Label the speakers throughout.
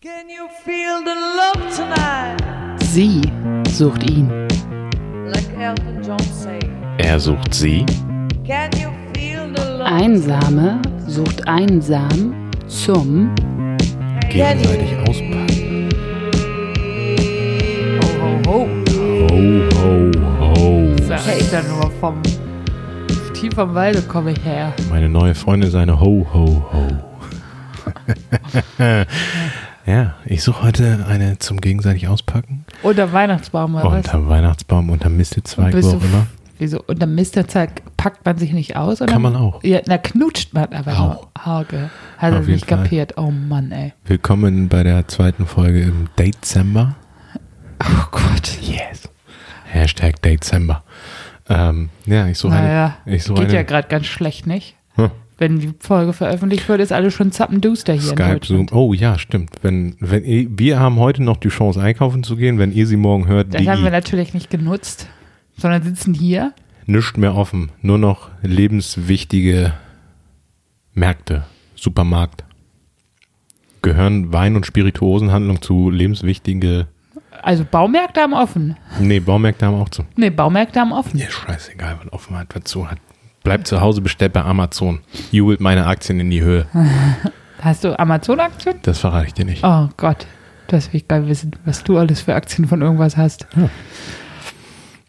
Speaker 1: Can you feel the love tonight?
Speaker 2: Sie sucht ihn.
Speaker 1: Like Elton John say.
Speaker 3: Er sucht sie.
Speaker 1: Can you feel the love?
Speaker 2: Einsame sucht einsam zum
Speaker 3: Gegenseitig auspacken.
Speaker 4: Ho, ho, ho.
Speaker 3: Ho, ho, ho.
Speaker 4: Sag ich dann nur vom tief vom Walde komme ich her.
Speaker 3: Meine neue Freundin ist eine Ho, ho, ho. ja, ich suche heute eine zum gegenseitig auspacken. Oh,
Speaker 4: Unter Weihnachtsbaum oder was?
Speaker 3: Unterm Weihnachtsbaum, unterm Mistelzweig,
Speaker 4: Bist
Speaker 3: wo
Speaker 4: du-
Speaker 3: auch immer.
Speaker 4: Wieso? Unter Misterzeig packt man sich nicht aus? Oder?
Speaker 3: Kann man auch.
Speaker 4: Ja, na knutscht man aber
Speaker 3: Auch.
Speaker 4: auch. Hauke. Hat er
Speaker 3: Auf jeden
Speaker 4: nicht
Speaker 3: Fall.
Speaker 4: kapiert. Oh Mann, ey.
Speaker 3: Willkommen bei der zweiten Folge im Dezember.
Speaker 4: Oh Gott.
Speaker 3: Yes. Hashtag Dezember. Ähm, ja, ich suche
Speaker 4: Naja,
Speaker 3: eine. Ich suche
Speaker 4: geht
Speaker 3: eine.
Speaker 4: ja gerade ganz schlecht, nicht?
Speaker 3: Hm.
Speaker 4: Wenn die Folge veröffentlicht wird, ist alles schon zappenduster hier in
Speaker 3: Skype, Zoom.
Speaker 4: Deutschland.
Speaker 3: Oh ja, stimmt. Wenn, wenn ihr, wir haben heute noch die Chance, einkaufen zu gehen. Wenn ihr sie morgen hört,
Speaker 4: Das haben
Speaker 3: die
Speaker 4: wir natürlich nicht genutzt, sondern sitzen hier.
Speaker 3: nicht mehr offen. Nur noch lebenswichtige Märkte. Supermarkt. Gehören Wein- und Spirituosenhandlung zu lebenswichtige.
Speaker 4: Also Baumärkte haben offen.
Speaker 3: Nee, Baumärkte haben auch zu.
Speaker 4: Nee, Baumärkte haben offen.
Speaker 3: Mir ist scheißegal, was offen hat, was zu hat. Bleibt zu Hause, bestellt bei Amazon. Jubelt meine Aktien in die Höhe.
Speaker 4: Hast du Amazon-Aktien?
Speaker 3: Das verrate ich dir nicht.
Speaker 4: Oh Gott, das will ich geil wissen, was du alles für Aktien von irgendwas hast.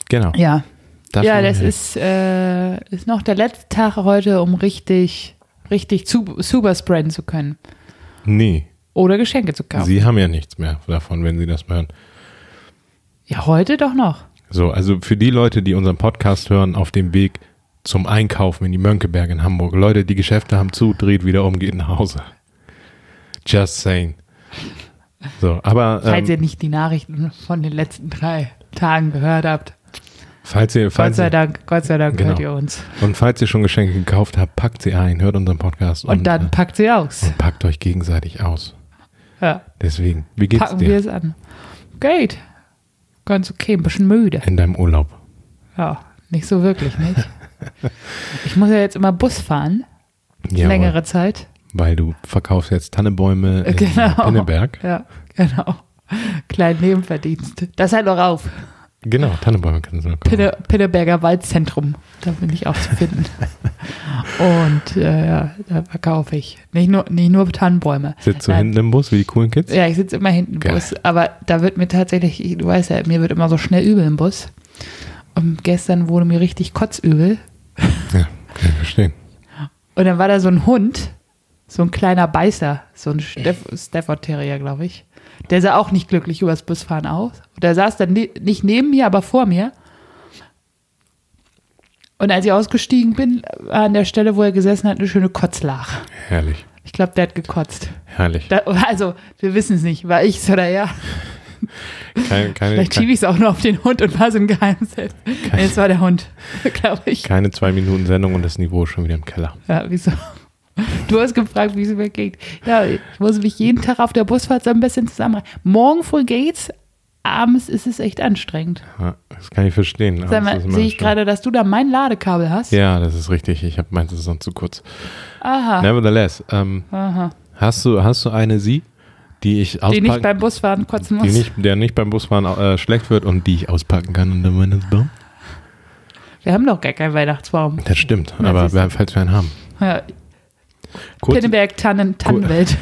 Speaker 3: Genau.
Speaker 4: Ja,
Speaker 3: Das
Speaker 4: ja,
Speaker 3: war-
Speaker 4: das ist, äh, ist noch der letzte Tag heute, um richtig, richtig zu, super spreaden zu können.
Speaker 3: Nee,
Speaker 4: Oder Geschenke zu kaufen.
Speaker 3: Sie haben ja nichts mehr davon, wenn Sie das mal hören.
Speaker 4: Ja, heute doch noch.
Speaker 3: So, also für die Leute, die unseren Podcast hören, auf dem Weg zum Einkaufen in die Mönckeberg in Hamburg. Leute, die Geschäfte haben zu, dreht wieder um, geht nach Hause. Just saying. So, aber
Speaker 4: Falls ihr
Speaker 3: ähm,
Speaker 4: nicht die Nachrichten von den letzten drei Tagen gehört habt.
Speaker 3: falls ihr,
Speaker 4: Gott
Speaker 3: falls
Speaker 4: sei
Speaker 3: ihr
Speaker 4: Dank, Gott sei Dank
Speaker 3: Genau.
Speaker 4: hört ihr uns.
Speaker 3: und falls ihr schon Geschenke gekauft habt, packt sie ein, hört unseren Podcast
Speaker 4: Und dann
Speaker 3: äh,
Speaker 4: packt sie aus.
Speaker 3: und packt euch gegenseitig aus.
Speaker 4: Ja,
Speaker 3: Deswegen, wie geht's
Speaker 4: packen wir
Speaker 3: dir
Speaker 4: es an. Geht. Ganz okay, ein bisschen müde.
Speaker 3: in deinem Urlaub?
Speaker 4: Ja, nicht so wirklich, nicht? Ich muss ja jetzt immer Bus fahren,
Speaker 3: Jawohl,
Speaker 4: längere Zeit.
Speaker 3: Weil du verkaufst jetzt Tannebäume in
Speaker 4: Genau.
Speaker 3: Pinneberg.
Speaker 4: Ja, genau. Kleinen Nebenverdienst. Das hört doch auf.
Speaker 3: Genau, Tannenbäume kannst du noch kaufen.
Speaker 4: Pinne, Pinneberger Waldzentrum. Da bin ich auch zu finden. Und äh, ja, da verkaufe ich. Nicht nur, nicht nur Tannenbäume.
Speaker 3: Sitzt du
Speaker 4: Nein.
Speaker 3: hinten im Bus wie die coolen Kids?
Speaker 4: Ja, ich sitze immer hinten im
Speaker 3: Geil.
Speaker 4: Bus. Aber da wird mir tatsächlich, ich- du weißt ja, mir wird immer so schnell übel im Bus. Und gestern wurde mir richtig kotzübel.
Speaker 3: Ja, kann ich verstehen.
Speaker 4: Und dann war da so ein Hund, so ein kleiner Beißer, so ein Steff Stafford Terrier, glaube ich. Der sah auch nicht glücklich übers Busfahren aus. Und der saß dann ne nicht neben mir, aber vor mir. Und als ich ausgestiegen bin, war an der Stelle, wo er gesessen hat, eine schöne Kotzlach.
Speaker 3: Herrlich,
Speaker 4: Ich glaube, der hat gekotzt.
Speaker 3: herrlich.
Speaker 4: Da, also, wir wissen es nicht. War ich's oder ja?
Speaker 3: Keine, keine,
Speaker 4: Vielleicht schiebe
Speaker 3: keine,
Speaker 4: ich es auch nur auf den Hund und war so ein Geheimnis. Nee, es war der Hund, glaube ich.
Speaker 3: keine zwei Minuten Sendung und das Niveau ist schon wieder im Keller.
Speaker 4: Ja, wieso? Du hast gefragt, wie es mir geht. Ja, ich muss mich jeden Tag auf der Busfahrt so ein bisschen zusammenreißen. Morgen früh geht's, abends ist es echt anstrengend.
Speaker 3: Ja, das kann ich verstehen. aber
Speaker 4: Sag
Speaker 3: es
Speaker 4: mal,
Speaker 3: ist immer
Speaker 4: sehe ich
Speaker 3: schlimm.
Speaker 4: gerade, dass du da mein Ladekabel hast?
Speaker 3: Ja, das ist richtig. Ich habe meins ist sonst zu kurz.
Speaker 4: Aha,
Speaker 3: Nevertheless, ähm, hast du hast du eine Sie, die ich
Speaker 4: den ich
Speaker 3: auspacken,
Speaker 4: beim Busfahren kotzen muss.
Speaker 3: die nicht, der nicht beim Busfahren äh, schlecht wird und die ich auspacken kann unter meines Baum?
Speaker 4: Wir haben doch gar keinen Weihnachtsbaum.
Speaker 3: Das stimmt.
Speaker 4: Ja,
Speaker 3: aber
Speaker 4: siehst du.
Speaker 3: falls wir einen haben.
Speaker 4: Ja,
Speaker 3: Kurz,
Speaker 4: Pinneberg, Tannen, Tannenwelt.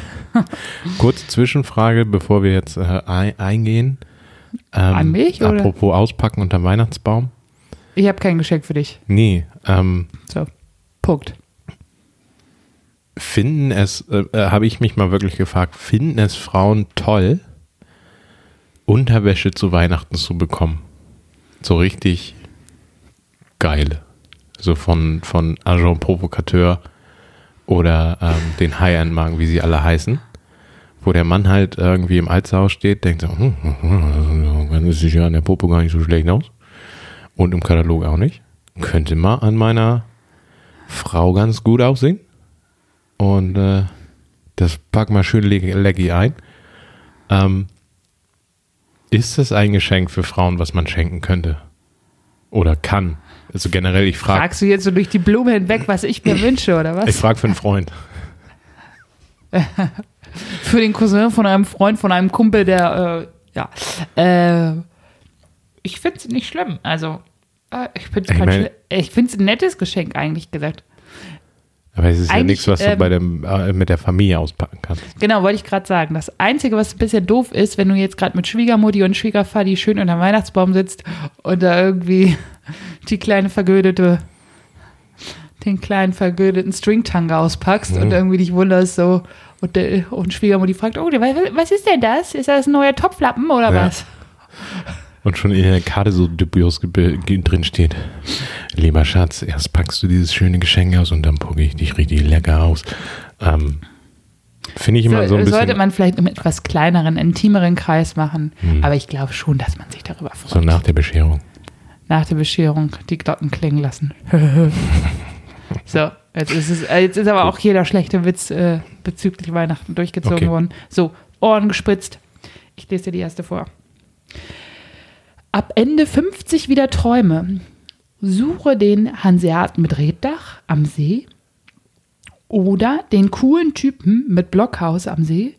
Speaker 3: Kurze Zwischenfrage, bevor wir jetzt äh, ein, eingehen. Ähm,
Speaker 4: An mich, oder?
Speaker 3: Apropos auspacken unter Weihnachtsbaum.
Speaker 4: Ich habe kein Geschenk für dich.
Speaker 3: Nee, ähm,
Speaker 4: So, Punkt.
Speaker 3: finden es, äh, äh, habe ich mich mal wirklich gefragt, finden es Frauen toll, Unterwäsche zu Weihnachten zu bekommen? So richtig geil. So von, von Agent Provocateur oder ähm, den High-End-Magen, wie sie alle heißen. Wo der Mann halt irgendwie im Altshaus steht, denkt so, hm, hm, hm, dann ist sich ja an der Popo gar nicht so schlecht aus. Und im Katalog auch nicht. Könnte mal an meiner Frau ganz gut aussehen. Und äh, das pack mal schön leg- leggy ein. Ähm, ist das ein Geschenk für Frauen, was man schenken könnte? Oder kann? Also generell, ich frage
Speaker 4: Fragst du jetzt so durch die Blume hinweg, was ich mir wünsche, oder was?
Speaker 3: ich frage für einen Freund.
Speaker 4: für den Cousin von einem Freund, von einem Kumpel, der, äh, ja. Äh, ich finde es nicht schlimm. Also, äh, ich finde
Speaker 3: Ich mein-
Speaker 4: es ein nettes Geschenk, eigentlich gesagt.
Speaker 3: Aber es ist ja
Speaker 4: Eigentlich,
Speaker 3: nichts, was du
Speaker 4: ähm,
Speaker 3: bei dem, äh, mit der Familie auspacken kannst.
Speaker 4: Genau, wollte ich gerade sagen. Das Einzige, was ein bisschen doof ist, wenn du jetzt gerade mit Schwiegermutti und Schwiegervati schön unter dem Weihnachtsbaum sitzt und da irgendwie die kleine vergödete, den kleinen vergödeten Stringtanga auspackst
Speaker 3: Mhm.
Speaker 4: und irgendwie dich wunderst so und, der, und Schwiegermutti fragt, oh, was, was ist denn das? Ist das ein neuer Topflappen oder
Speaker 3: Ja.
Speaker 4: was?
Speaker 3: Und schon in der Karte so dubios gebe- ge- drin steht. Lieber Schatz, erst packst du dieses schöne Geschenk aus und dann pucke ich dich richtig lecker aus. Ähm, Finde ich immer so, ein
Speaker 4: sollte
Speaker 3: bisschen.
Speaker 4: man vielleicht im etwas kleineren, intimeren Kreis machen,
Speaker 3: Hm.
Speaker 4: aber ich glaube schon, dass man sich darüber freut.
Speaker 3: so nach der Bescherung.
Speaker 4: nach der Bescherung die Glocken klingen lassen. so, jetzt ist, es, äh, jetzt ist aber auch jeder schlechte Witz äh, bezüglich Weihnachten durchgezogen
Speaker 3: Okay.
Speaker 4: worden. So, Ohren gespitzt. Ich lese dir die erste vor. Ab Ende 50 wieder Träume. Suche den Hanseat mit Reddach am See oder den coolen Typen mit Blockhaus am See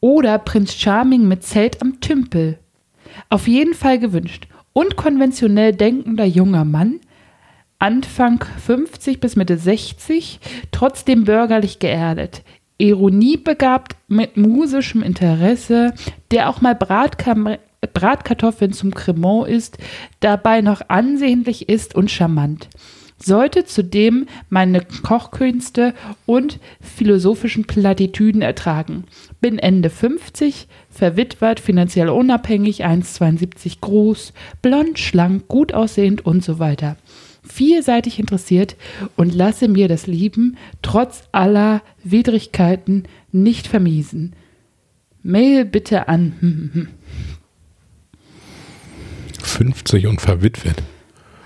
Speaker 4: oder Prinz Charming mit Zelt am Tümpel. Auf jeden Fall gewünscht. Unkonventionell denkender junger Mann, Anfang 50 bis Mitte 60, trotzdem bürgerlich geerdet. Ironiebegabt mit musischem Interesse, der auch mal Bratkam Bratkartoffeln zum Cremant isst, dabei noch ansehnlich ist und charmant. Sollte zudem meine Kochkünste und philosophischen Plattitüden ertragen. Bin Ende 50, verwitwet, finanziell unabhängig, 1,72 groß, blond, schlank, gut aussehend und so weiter. Vielseitig interessiert und lasse mir das Lieben trotz aller Widrigkeiten nicht vermiesen. Mail bitte an. Hm, hm, hm.
Speaker 3: 50 und verwitwet.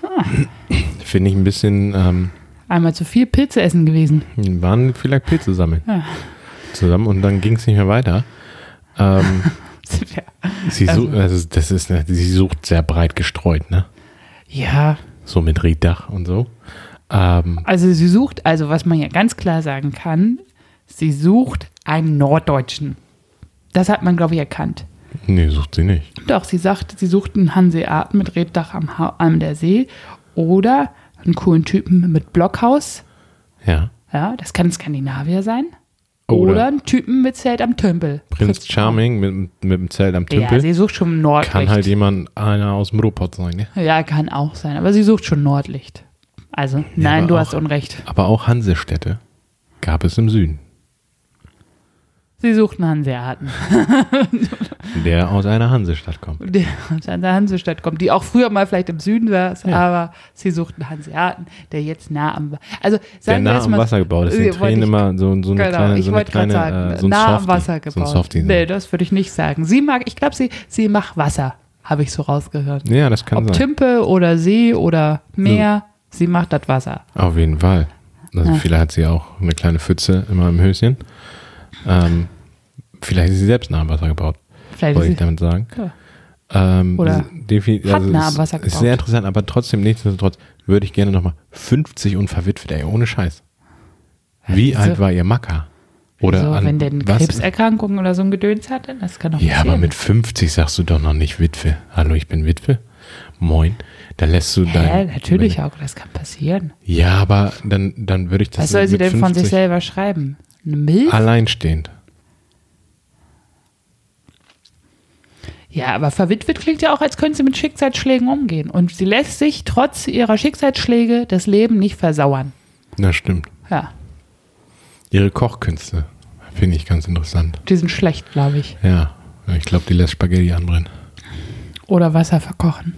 Speaker 4: Ah.
Speaker 3: Finde ich ein bisschen. Ähm,
Speaker 4: Einmal zu viel Pilze essen gewesen.
Speaker 3: waren vielleicht Pilze sammeln.
Speaker 4: Ah.
Speaker 3: Zusammen und dann ging es nicht mehr weiter. Ähm, sie,
Speaker 4: Also-
Speaker 3: sucht, also das ist, eine- sie sucht sehr breit gestreut, ne?
Speaker 4: Ja,
Speaker 3: So mit Reddach und so. Ähm,
Speaker 4: Also sie sucht, also was man ja ganz klar sagen kann, sie sucht einen Norddeutschen. Das hat man, glaube ich, erkannt.
Speaker 3: nee, sucht sie nicht.
Speaker 4: Doch, sie sagt, sie sucht einen Hanseaten mit Reddach am, ha am der See oder einen coolen Typen mit Blockhaus.
Speaker 3: Ja.
Speaker 4: Ja, das kann ein Skandinavier sein.
Speaker 3: Oh, Oder-
Speaker 4: Oder, einen Typen mit Zelt am Tümpel.
Speaker 3: Prinz Charming mit, mit dem Zelt am
Speaker 4: Ja,
Speaker 3: Tümpel.
Speaker 4: sie sucht schon Nordlicht.
Speaker 3: kann halt jemand einer aus dem Ruhrpott sein, ne?
Speaker 4: ja, kann auch sein, aber sie sucht schon Nordlicht. Also, nein,
Speaker 3: aber
Speaker 4: du
Speaker 3: auch-
Speaker 4: hast Unrecht.
Speaker 3: Aber auch Hansestädte gab es im Süden.
Speaker 4: Sie sucht einen Hanseaten.
Speaker 3: Der aus einer Hansestadt kommt.
Speaker 4: der aus einer Hansestadt kommt, die auch früher mal vielleicht im Süden war, aber sie sucht einen Hanseaten, der jetzt nah am also
Speaker 3: Der
Speaker 4: sagen wir
Speaker 3: nah
Speaker 4: es
Speaker 3: am
Speaker 4: mal-
Speaker 3: Wasser gebaut ist.
Speaker 4: Äh,
Speaker 3: Den
Speaker 4: wollte
Speaker 3: Tränen
Speaker 4: ich-
Speaker 3: immer so, so eine
Speaker 4: genau,
Speaker 3: kleine,
Speaker 4: ich
Speaker 3: so eine
Speaker 4: wollte gerade
Speaker 3: kleine
Speaker 4: sagen,
Speaker 3: äh, so ein
Speaker 4: nah
Speaker 3: Softie,
Speaker 4: am Wasser
Speaker 3: So ein
Speaker 4: gebaut.
Speaker 3: Softie.
Speaker 4: nee, das würde ich nicht sagen. Sie mag, ich glaube, sie, sie mag Wasser, habe ich so rausgehört.
Speaker 3: Ja, das kann
Speaker 4: Ob
Speaker 3: sein.
Speaker 4: Tümpel oder See oder Meer, sie macht das Wasser.
Speaker 3: Auf jeden Fall. Also vielleicht hat sie auch eine kleine Pfütze immer im Höschen. Ähm, vielleicht ist sie selbst nah am Wasser gebaut,
Speaker 4: Vielleicht
Speaker 3: wollte ich
Speaker 4: ist sie,
Speaker 3: damit sagen.
Speaker 4: Ja.
Speaker 3: Ähm,
Speaker 4: Oder
Speaker 3: defi- also
Speaker 4: hat
Speaker 3: es
Speaker 4: nah am Wasser
Speaker 3: Ist
Speaker 4: gebaut.
Speaker 3: sehr interessant, aber trotzdem, nichtsdestotrotz, würde ich gerne nochmal 50 und verwitwet, ey, ohne Scheiß. Wie
Speaker 4: wieso?
Speaker 3: alt war ihr Macker? Oder
Speaker 4: so,
Speaker 3: an,
Speaker 4: wenn der eine
Speaker 3: was?
Speaker 4: Krebserkrankung oder so ein Gedöns hatte, das kann doch
Speaker 3: Ja, aber
Speaker 4: passieren.
Speaker 3: mit 50 sagst du doch noch nicht Witwe. Hallo, ich bin Witwe. Moin. Da lässt du
Speaker 4: Hä,
Speaker 3: dein.
Speaker 4: natürlich auch, das kann passieren.
Speaker 3: Ja, aber dann, dann würde ich das
Speaker 4: Was soll sie
Speaker 3: mit
Speaker 4: denn von sich
Speaker 3: 50
Speaker 4: selber schreiben? Eine Milch?
Speaker 3: Alleinstehend.
Speaker 4: Ja, aber verwitwet klingt ja auch, als könnte sie mit Schicksalsschlägen umgehen. Und sie lässt sich trotz ihrer Schicksalsschläge das Leben nicht versauern.
Speaker 3: Na, stimmt.
Speaker 4: Ja,
Speaker 3: Ihre Kochkünste finde ich ganz interessant.
Speaker 4: die sind schlecht, glaube ich.
Speaker 3: Ja, ich glaube, die lässt Spaghetti anbrennen.
Speaker 4: Oder Wasser verkochen.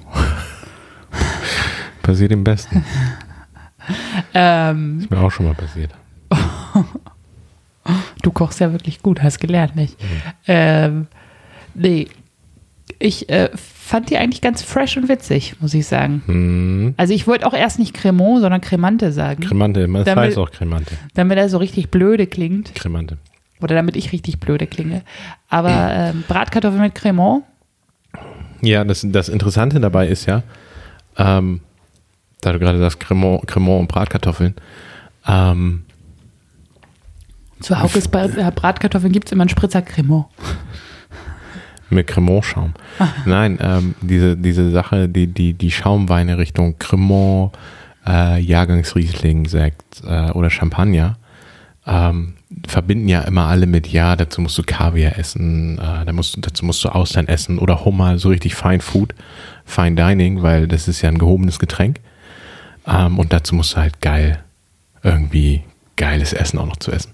Speaker 3: Passiert dem Besten.
Speaker 4: Ähm,
Speaker 3: Ist mir auch schon mal passiert.
Speaker 4: du kochst ja wirklich gut, hast gelernt, nicht?
Speaker 3: Mhm.
Speaker 4: Ähm, nee, ich äh, fand die eigentlich ganz fresh und witzig, muss ich sagen.
Speaker 3: Mhm.
Speaker 4: Also ich wollte auch erst nicht Cremant, sondern Cremante sagen,
Speaker 3: Cremante, man
Speaker 4: Damit-
Speaker 3: weiß auch Cremante.
Speaker 4: damit er so richtig blöde klingt.
Speaker 3: Cremante.
Speaker 4: Oder damit ich richtig blöde klinge. Aber ähm, Bratkartoffeln mit Cremant,
Speaker 3: Ja, das, das Interessante dabei ist ja, ähm, da du gerade das Cremant, Cremant und Bratkartoffeln, ähm,
Speaker 4: Zu Haukes Bra- äh, Bratkartoffeln gibt es immer einen Spritzer Cremant.
Speaker 3: Mit Cremant-Schaum. Nein, ähm, diese, diese Sache, die, die, die Schaumweine Richtung Cremant, äh, Jahrgangsriesling, Sekt äh, oder Champagner ähm, verbinden ja immer alle mit, ja, dazu musst du Kaviar essen, äh, da musst, du- dazu musst du Austern essen oder Hummer, so richtig Fine Food, Fine Dining, weil das ist ja ein gehobenes Getränk. Ähm, und dazu musst du halt geil, irgendwie geiles Essen auch noch zu essen.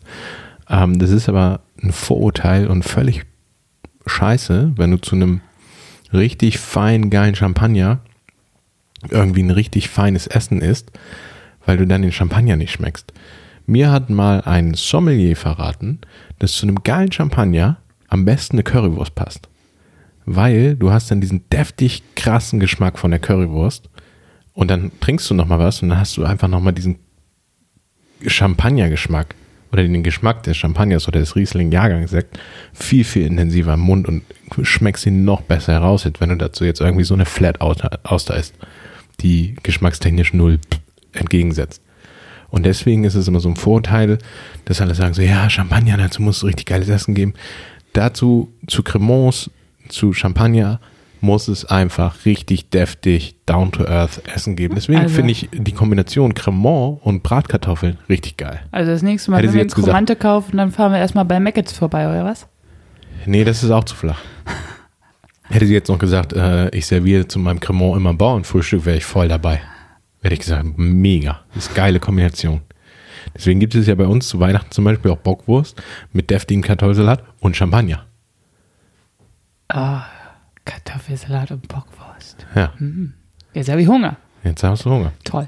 Speaker 3: Ähm, das ist aber ein Vorurteil und völlig scheiße, wenn du zu einem richtig feinen, geilen Champagner irgendwie ein richtig feines Essen isst, weil du dann den Champagner nicht schmeckst. Mir hat mal ein Sommelier verraten, dass zu einem geilen Champagner am besten eine Currywurst passt. Weil du hast dann diesen deftig krassen Geschmack von der Currywurst und dann trinkst du nochmal was und dann hast du einfach nochmal diesen Champagner-Geschmack oder den Geschmack des Champagners oder des Riesling-Jahrgangssekt viel, viel intensiver im Mund und schmeckst ihn noch besser heraus, als wenn du dazu jetzt irgendwie so eine Flat-Auster Auster isst, die geschmackstechnisch null entgegensetzt. Und deswegen ist es immer so ein Vorteil, dass alle sagen so, ja, Champagner, dazu muss es richtig geiles Essen geben. Dazu, zu Cremons, zu Champagner, muss es einfach richtig deftig, down to earth Essen geben. Deswegen
Speaker 4: Also-
Speaker 3: finde ich die Kombination Cremant und Bratkartoffeln richtig geil.
Speaker 4: Also das nächste Mal,
Speaker 3: Hätte
Speaker 4: wenn
Speaker 3: sie
Speaker 4: wir einen
Speaker 3: jetzt gesagt.
Speaker 4: Kromante kaufen, dann fahren wir erstmal bei Meckets vorbei, oder was?
Speaker 3: Nee, das ist auch zu flach. Hätte sie jetzt noch gesagt, äh, ich serviere zu meinem Cremant immer Bauernfrühstück, wäre ich voll dabei. Hätte ich gesagt, mega. Das ist geile Kombination. Deswegen gibt es ja bei uns zu Weihnachten zum Beispiel auch Bockwurst mit deftigem Kartoffelsalat und Champagner.
Speaker 4: Kartoffelsalat und Bockwurst.
Speaker 3: Ja,
Speaker 4: Jetzt habe ich Hunger.
Speaker 3: jetzt hast du Hunger.
Speaker 4: Toll.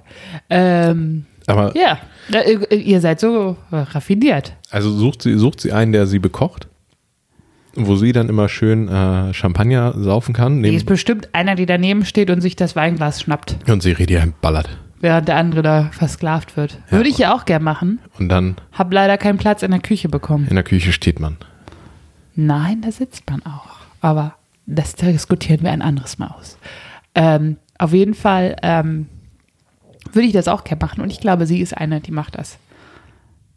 Speaker 4: Ähm,
Speaker 3: Aber
Speaker 4: ja, da, ihr ihr seid so äh, raffiniert.
Speaker 3: also sucht sie, sucht sie einen, der sie bekocht, wo sie dann immer schön äh, Champagner saufen kann
Speaker 4: Hier
Speaker 3: neben,
Speaker 4: ist bestimmt einer, der daneben steht und sich das Weinglas schnappt,
Speaker 3: und sie richtig einballert.
Speaker 4: während der andere da versklavt wird. Würde ich ja auch gern machen.
Speaker 3: Und dann
Speaker 4: Hab leider keinen Platz in der Küche bekommen.
Speaker 3: in der Küche steht man.
Speaker 4: Nein, da sitzt man auch. Aber das diskutieren wir ein anderes Mal aus. Ähm, auf jeden Fall ähm, würde ich das auch gern machen. Und ich glaube, sie ist eine, die macht das.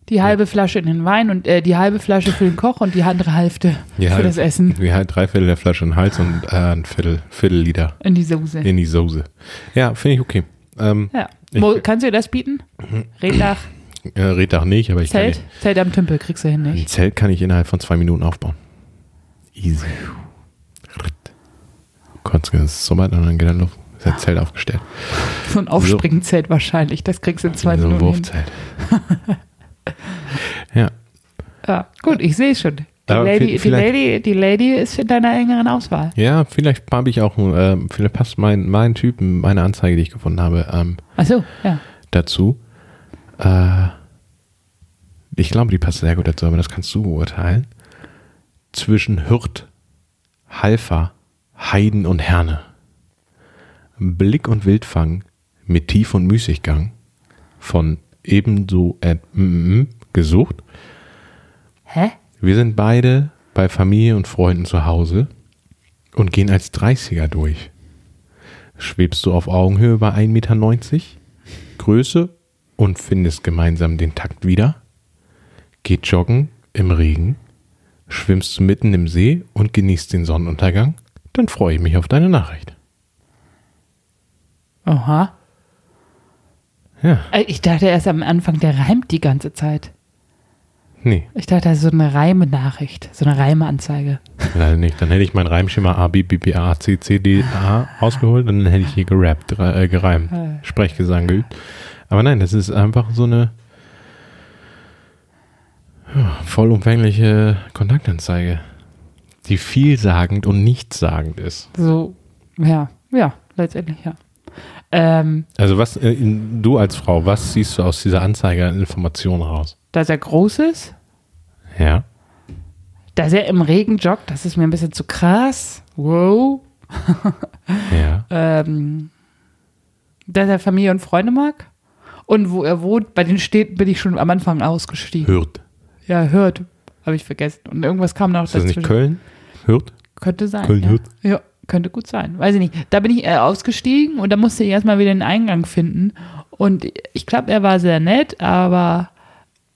Speaker 4: Die halbe Flasche in den Wein und äh, die halbe Flasche für den Koch und die andere Hälfte für das Essen
Speaker 3: Ja, halt drei Viertel der Flasche in den Hals und äh, ein Viertel, Viertel Liter
Speaker 4: in die Soße.
Speaker 3: in die Soße. Ja, finde ich okay. Ähm,
Speaker 4: Ja.
Speaker 3: Ich-
Speaker 4: Mo, kannst du ihr das bieten? Reddach,
Speaker 3: äh, Reddach nicht, aber ich
Speaker 4: Zelt,
Speaker 3: kann
Speaker 4: Zelt am Tümpel kriegst du hin,
Speaker 3: nicht. Ein
Speaker 4: nicht?
Speaker 3: Zelt kann ich innerhalb von zwei Minuten aufbauen. Easy. Ritt. Kurz gesummert und dann geht er los. Ist ein Zelt aufgestellt.
Speaker 4: So ein Aufspringzelt wahrscheinlich. Das kriegst du in zwei
Speaker 3: so ein
Speaker 4: Minuten. Hin.
Speaker 3: Wurfzelt. ja.
Speaker 4: Ja, gut, ich sehe schon. Die
Speaker 3: Aber
Speaker 4: Lady,
Speaker 3: vi-
Speaker 4: die,
Speaker 3: vielleicht-
Speaker 4: Lady, die Lady ist in deiner engeren Auswahl.
Speaker 3: Ja, vielleicht habe ich auch, ähm, vielleicht passt mein, mein Typ, meine Anzeige, die ich gefunden habe, ähm,
Speaker 4: Ach so, ja.
Speaker 3: dazu. Äh, ich glaube, die passt sehr gut dazu, aber das kannst du beurteilen. Zwischen Hürth, Halfa, Heiden und Herne. Blick und Wildfang mit Tief- und Müßiggang von ebenso äh, mm, mm, gesucht.
Speaker 4: Hä?
Speaker 3: Wir sind beide bei Familie und Freunden zu Hause und gehen als 30er durch. Schwebst du auf Augenhöhe bei 1,90 Meter Größe und findest gemeinsam den Takt wieder? Geht joggen im Regen? Schwimmst du mitten im See und genießt den Sonnenuntergang? Dann freue ich mich auf deine Nachricht.
Speaker 4: Oha.
Speaker 3: Ja,
Speaker 4: Äh, Ich dachte erst am Anfang, der reimt die ganze Zeit.
Speaker 3: nee,
Speaker 4: Ich dachte, das ist so eine Reime-Nachricht, so eine Reimeanzeige.
Speaker 3: leider nicht. Dann hätte ich mein Reimschema A, B, B, B, A, C, C, D, A ausgeholt und dann hätte ich hier gerappt, äh, gereimt, Sprechgesang geübt. Aber nein, das ist einfach so eine ja, vollumfängliche Kontaktanzeige, die vielsagend und nichtssagend ist.
Speaker 4: So, ja, ja, letztendlich, ja. Ähm,
Speaker 3: Also was, äh, in- du als Frau, was siehst du aus dieser Anzeige an Informationen raus?
Speaker 4: dass er groß ist,
Speaker 3: Ja.
Speaker 4: dass er im Regen joggt, das ist mir ein bisschen zu krass. Wow.
Speaker 3: Ja.
Speaker 4: Ähm, dass er Familie und Freunde mag. Und wo er wohnt, bei den Städten bin ich schon am Anfang ausgestiegen.
Speaker 3: Hürth.
Speaker 4: Ja, hört, habe ich vergessen. Und irgendwas kam noch
Speaker 3: Ist das nicht
Speaker 4: dazwischen.
Speaker 3: Köln? Hürth?
Speaker 4: Könnte sein.
Speaker 3: Köln
Speaker 4: ja.
Speaker 3: Hürth.
Speaker 4: ja, könnte gut sein. Weiß ich nicht. Da bin ich äh, ausgestiegen und da musste ich erstmal wieder den Eingang finden. Und ich glaube, er war sehr nett, aber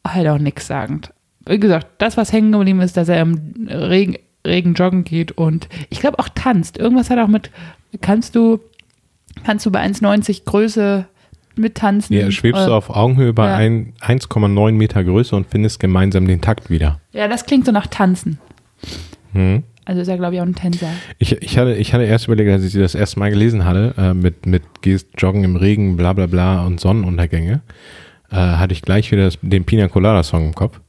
Speaker 4: halt auch nichts sagend. wie gesagt, das, was hängen geblieben ist, dass er im Regen, Regen joggen geht und ich glaube auch tanzt. Irgendwas hat auch mit, kannst du, kannst du bei 1,90 Größe mittanzen?
Speaker 3: Ja, schwebst
Speaker 4: Äh,
Speaker 3: du auf Augenhöhe bei
Speaker 4: ja.
Speaker 3: ein- 1,9 Meter Größe und findest gemeinsam den Takt wieder.
Speaker 4: Ja, das klingt so nach Tanzen.
Speaker 3: Hm.
Speaker 4: Also ist er, glaube ich, auch ein Tänzer.
Speaker 3: Ich, ich, hatte, ich hatte erst überlegt, als ich das erste Mal gelesen hatte, äh, mit, mit gehst joggen im Regen, bla bla bla und Sonnenuntergänge, äh, hatte ich gleich wieder das, den Pina Colada Song im Kopf.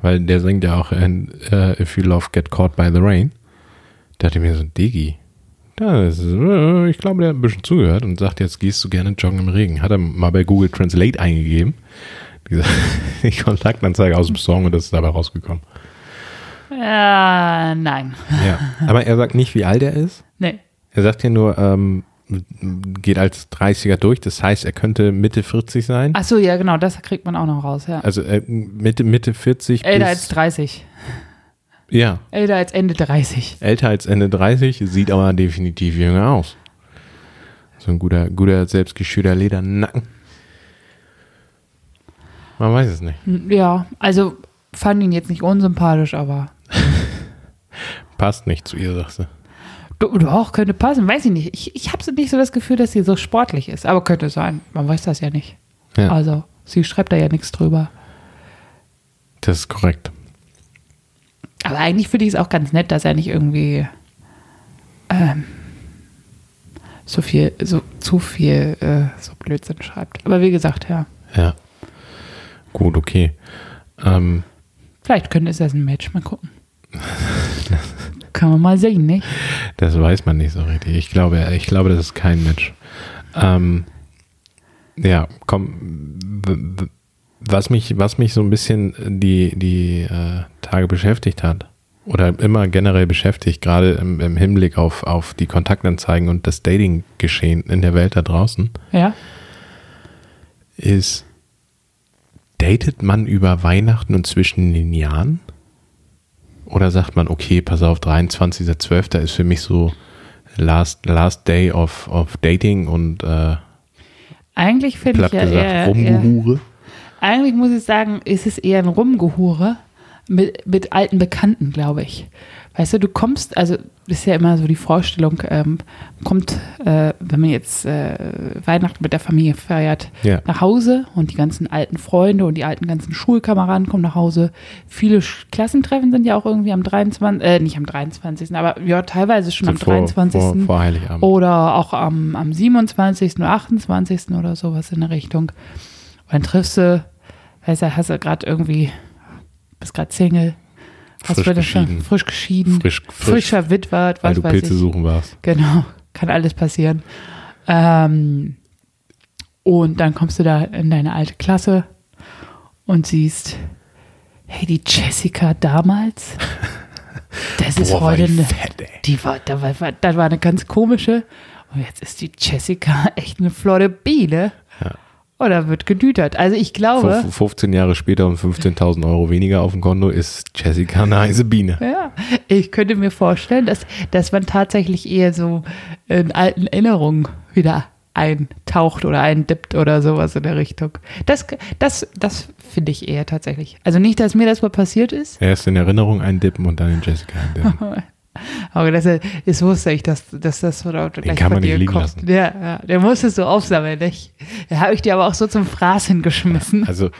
Speaker 3: Weil der singt ja auch in äh, If You Love Get Caught by the Rain. Da dachte ich mir so, Digi, das ist, äh, ich glaube, der hat ein bisschen zugehört und sagt, jetzt gehst du gerne joggen im Regen. Hat er mal bei Google Translate eingegeben. Die, die Kontaktanzeige aus dem Song und das ist dabei rausgekommen.
Speaker 4: Äh, nein.
Speaker 3: Ja. Aber er sagt nicht, wie alt er ist.
Speaker 4: Nee.
Speaker 3: Er sagt ja nur, ähm, geht als 30er durch, das heißt, er könnte Mitte 40 sein.
Speaker 4: Ach so, ja, genau, das kriegt man auch noch raus, ja.
Speaker 3: Also äh, Mitte, Mitte 40
Speaker 4: Älter als
Speaker 3: bis,
Speaker 4: 30.
Speaker 3: ja,
Speaker 4: Älter als Ende 30.
Speaker 3: älter als Ende 30, sieht aber definitiv jünger aus. So ein guter, guter selbstgeschürter Ledernacken. Man weiß es nicht.
Speaker 4: Hm, Ja, also fand ihn jetzt nicht unsympathisch, aber
Speaker 3: Passt nicht zu ihr, sagst du.
Speaker 4: do- doch, könnte passen, weiß ich nicht. Ich, ich habe nicht so das Gefühl, dass sie so sportlich ist, aber könnte sein. Man weiß das ja nicht.
Speaker 3: Ja,
Speaker 4: Also, sie schreibt da ja nichts drüber.
Speaker 3: das ist korrekt.
Speaker 4: Aber eigentlich finde ich es auch ganz nett, dass er nicht irgendwie ähm, so viel, so zu viel äh, so Blödsinn schreibt. Aber wie gesagt, ja,
Speaker 3: Ja. Gut, okay. Ähm,
Speaker 4: vielleicht könnte es das ein Match mal gucken. Kann man mal sehen, nicht?
Speaker 3: Das weiß man nicht so richtig. Ich glaube, ich glaube, das ist kein Match. Ähm, ja, komm. w- w- Was mich, was mich so ein bisschen die, die äh, Tage beschäftigt hat oder immer generell beschäftigt, gerade im, im Hinblick auf, auf die Kontaktanzeigen und das Dating-Geschehen in der Welt da draußen,
Speaker 4: Ja.
Speaker 3: ist, datet man über Weihnachten und zwischen den Jahren? Oder sagt man, okay, pass auf, 23.12. ist für mich so last, last day of, of dating und äh,
Speaker 4: Eigentlich finde
Speaker 3: platt
Speaker 4: ich ja
Speaker 3: gesagt,
Speaker 4: eher, eher,
Speaker 3: Rumgehure.
Speaker 4: eigentlich muss ich sagen, ist es eher ein Rumgehure mit, mit alten Bekannten, glaube ich. Weißt du, du kommst, also ist ja immer so die Vorstellung, ähm, kommt, äh, wenn man jetzt äh, Weihnachten mit der Familie feiert,
Speaker 3: Ja.
Speaker 4: nach Hause und die ganzen alten Freunde und die alten ganzen Schulkameraden kommen nach Hause. Viele Sch Klassentreffen sind ja auch irgendwie am 23., äh, nicht am 23., aber ja, teilweise schon am Oh,
Speaker 3: So vor-
Speaker 4: 23.
Speaker 3: Vor, vor Heiligabend.
Speaker 4: Oder auch am, am 27. oder 28. oder sowas in der Richtung. Und dann triffst du, weißt du, hast du gerade irgendwie, bist gerade Single, hast
Speaker 3: Frisch
Speaker 4: wieder-
Speaker 3: geschieden.
Speaker 4: frisch geschieden,
Speaker 3: Frisch- frisch,
Speaker 4: frisch verwitwet,
Speaker 3: weil
Speaker 4: was
Speaker 3: du
Speaker 4: weiß
Speaker 3: Pilze
Speaker 4: ich.
Speaker 3: suchen warst.
Speaker 4: Genau, kann alles passieren. Ähm, und dann kommst du da in deine alte Klasse und siehst, hey, die Jessica damals, das ist
Speaker 3: Boah, war
Speaker 4: heute
Speaker 3: die
Speaker 4: eine,
Speaker 3: fett, ey.
Speaker 4: die war, da war, war, das war eine ganz komische. Und jetzt ist die Jessica echt eine flotte Biene. Oder wird gedütert. Also ich glaube,
Speaker 3: Fuf- 15 Jahre später und 15.000 Euro weniger auf dem Konto ist Jessica eine heiße Biene.
Speaker 4: Ja, ich könnte mir vorstellen, dass, dass man tatsächlich eher so in alten Erinnerungen wieder eintaucht oder eindippt oder sowas in der Richtung. Das, das, das finde ich eher tatsächlich. Also nicht, dass mir das mal passiert ist,
Speaker 3: Erst in Erinnerung eindippen und dann in Jessica eindippen.
Speaker 4: aber das, das wusste ich, dass, dass das so da gleich
Speaker 3: kann
Speaker 4: von
Speaker 3: man nicht
Speaker 4: dir
Speaker 3: liegen
Speaker 4: kommt.
Speaker 3: lassen.
Speaker 4: Ja, ja, der musste es so aufsammeln. Ich, da habe ich dir aber auch so zum Fraß hingeschmissen
Speaker 3: Also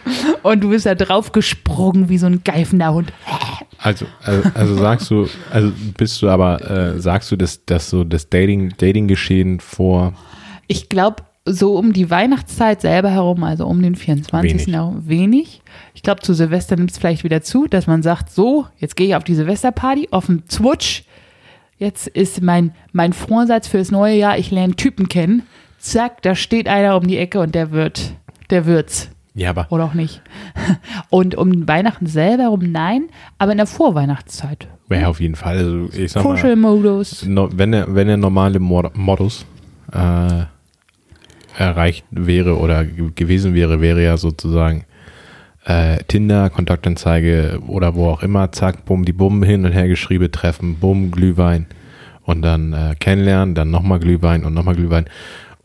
Speaker 4: und du bist da drauf gesprungen wie so ein geifender Hund.
Speaker 3: Also, also, also sagst du, also bist du aber, äh, sagst du, dass, dass so das Dating, Dating-Geschehen vor,
Speaker 4: Ich glaube, so um die Weihnachtszeit selber herum, also um den 24.
Speaker 3: Wenig.
Speaker 4: herum, wenig. Ich glaube, zu Silvester nimmt es vielleicht wieder zu, dass man sagt, so, jetzt gehe ich auf die Silvesterparty, auf den Zwutsch. Jetzt ist mein, mein Vorsatz fürs neue Jahr, ich lerne Typen kennen. Zack, da steht einer um die Ecke und der wird, der wird's.
Speaker 3: ja, aber
Speaker 4: Oder auch nicht. Und um Weihnachten selber herum, nein, aber in der Vorweihnachtszeit.
Speaker 3: ja, auf jeden Fall, also ich sag mal,
Speaker 4: Kuschelmodus.
Speaker 3: no, wenn er, wenn er normale Mod Modus äh, erreicht wäre oder ge- gewesen wäre, wäre ja sozusagen äh, Tinder, Kontaktanzeige oder wo auch immer, zack, bumm, die Bumm hin und her geschrieben, treffen, bumm, Glühwein und dann äh, kennenlernen, dann nochmal Glühwein und nochmal Glühwein.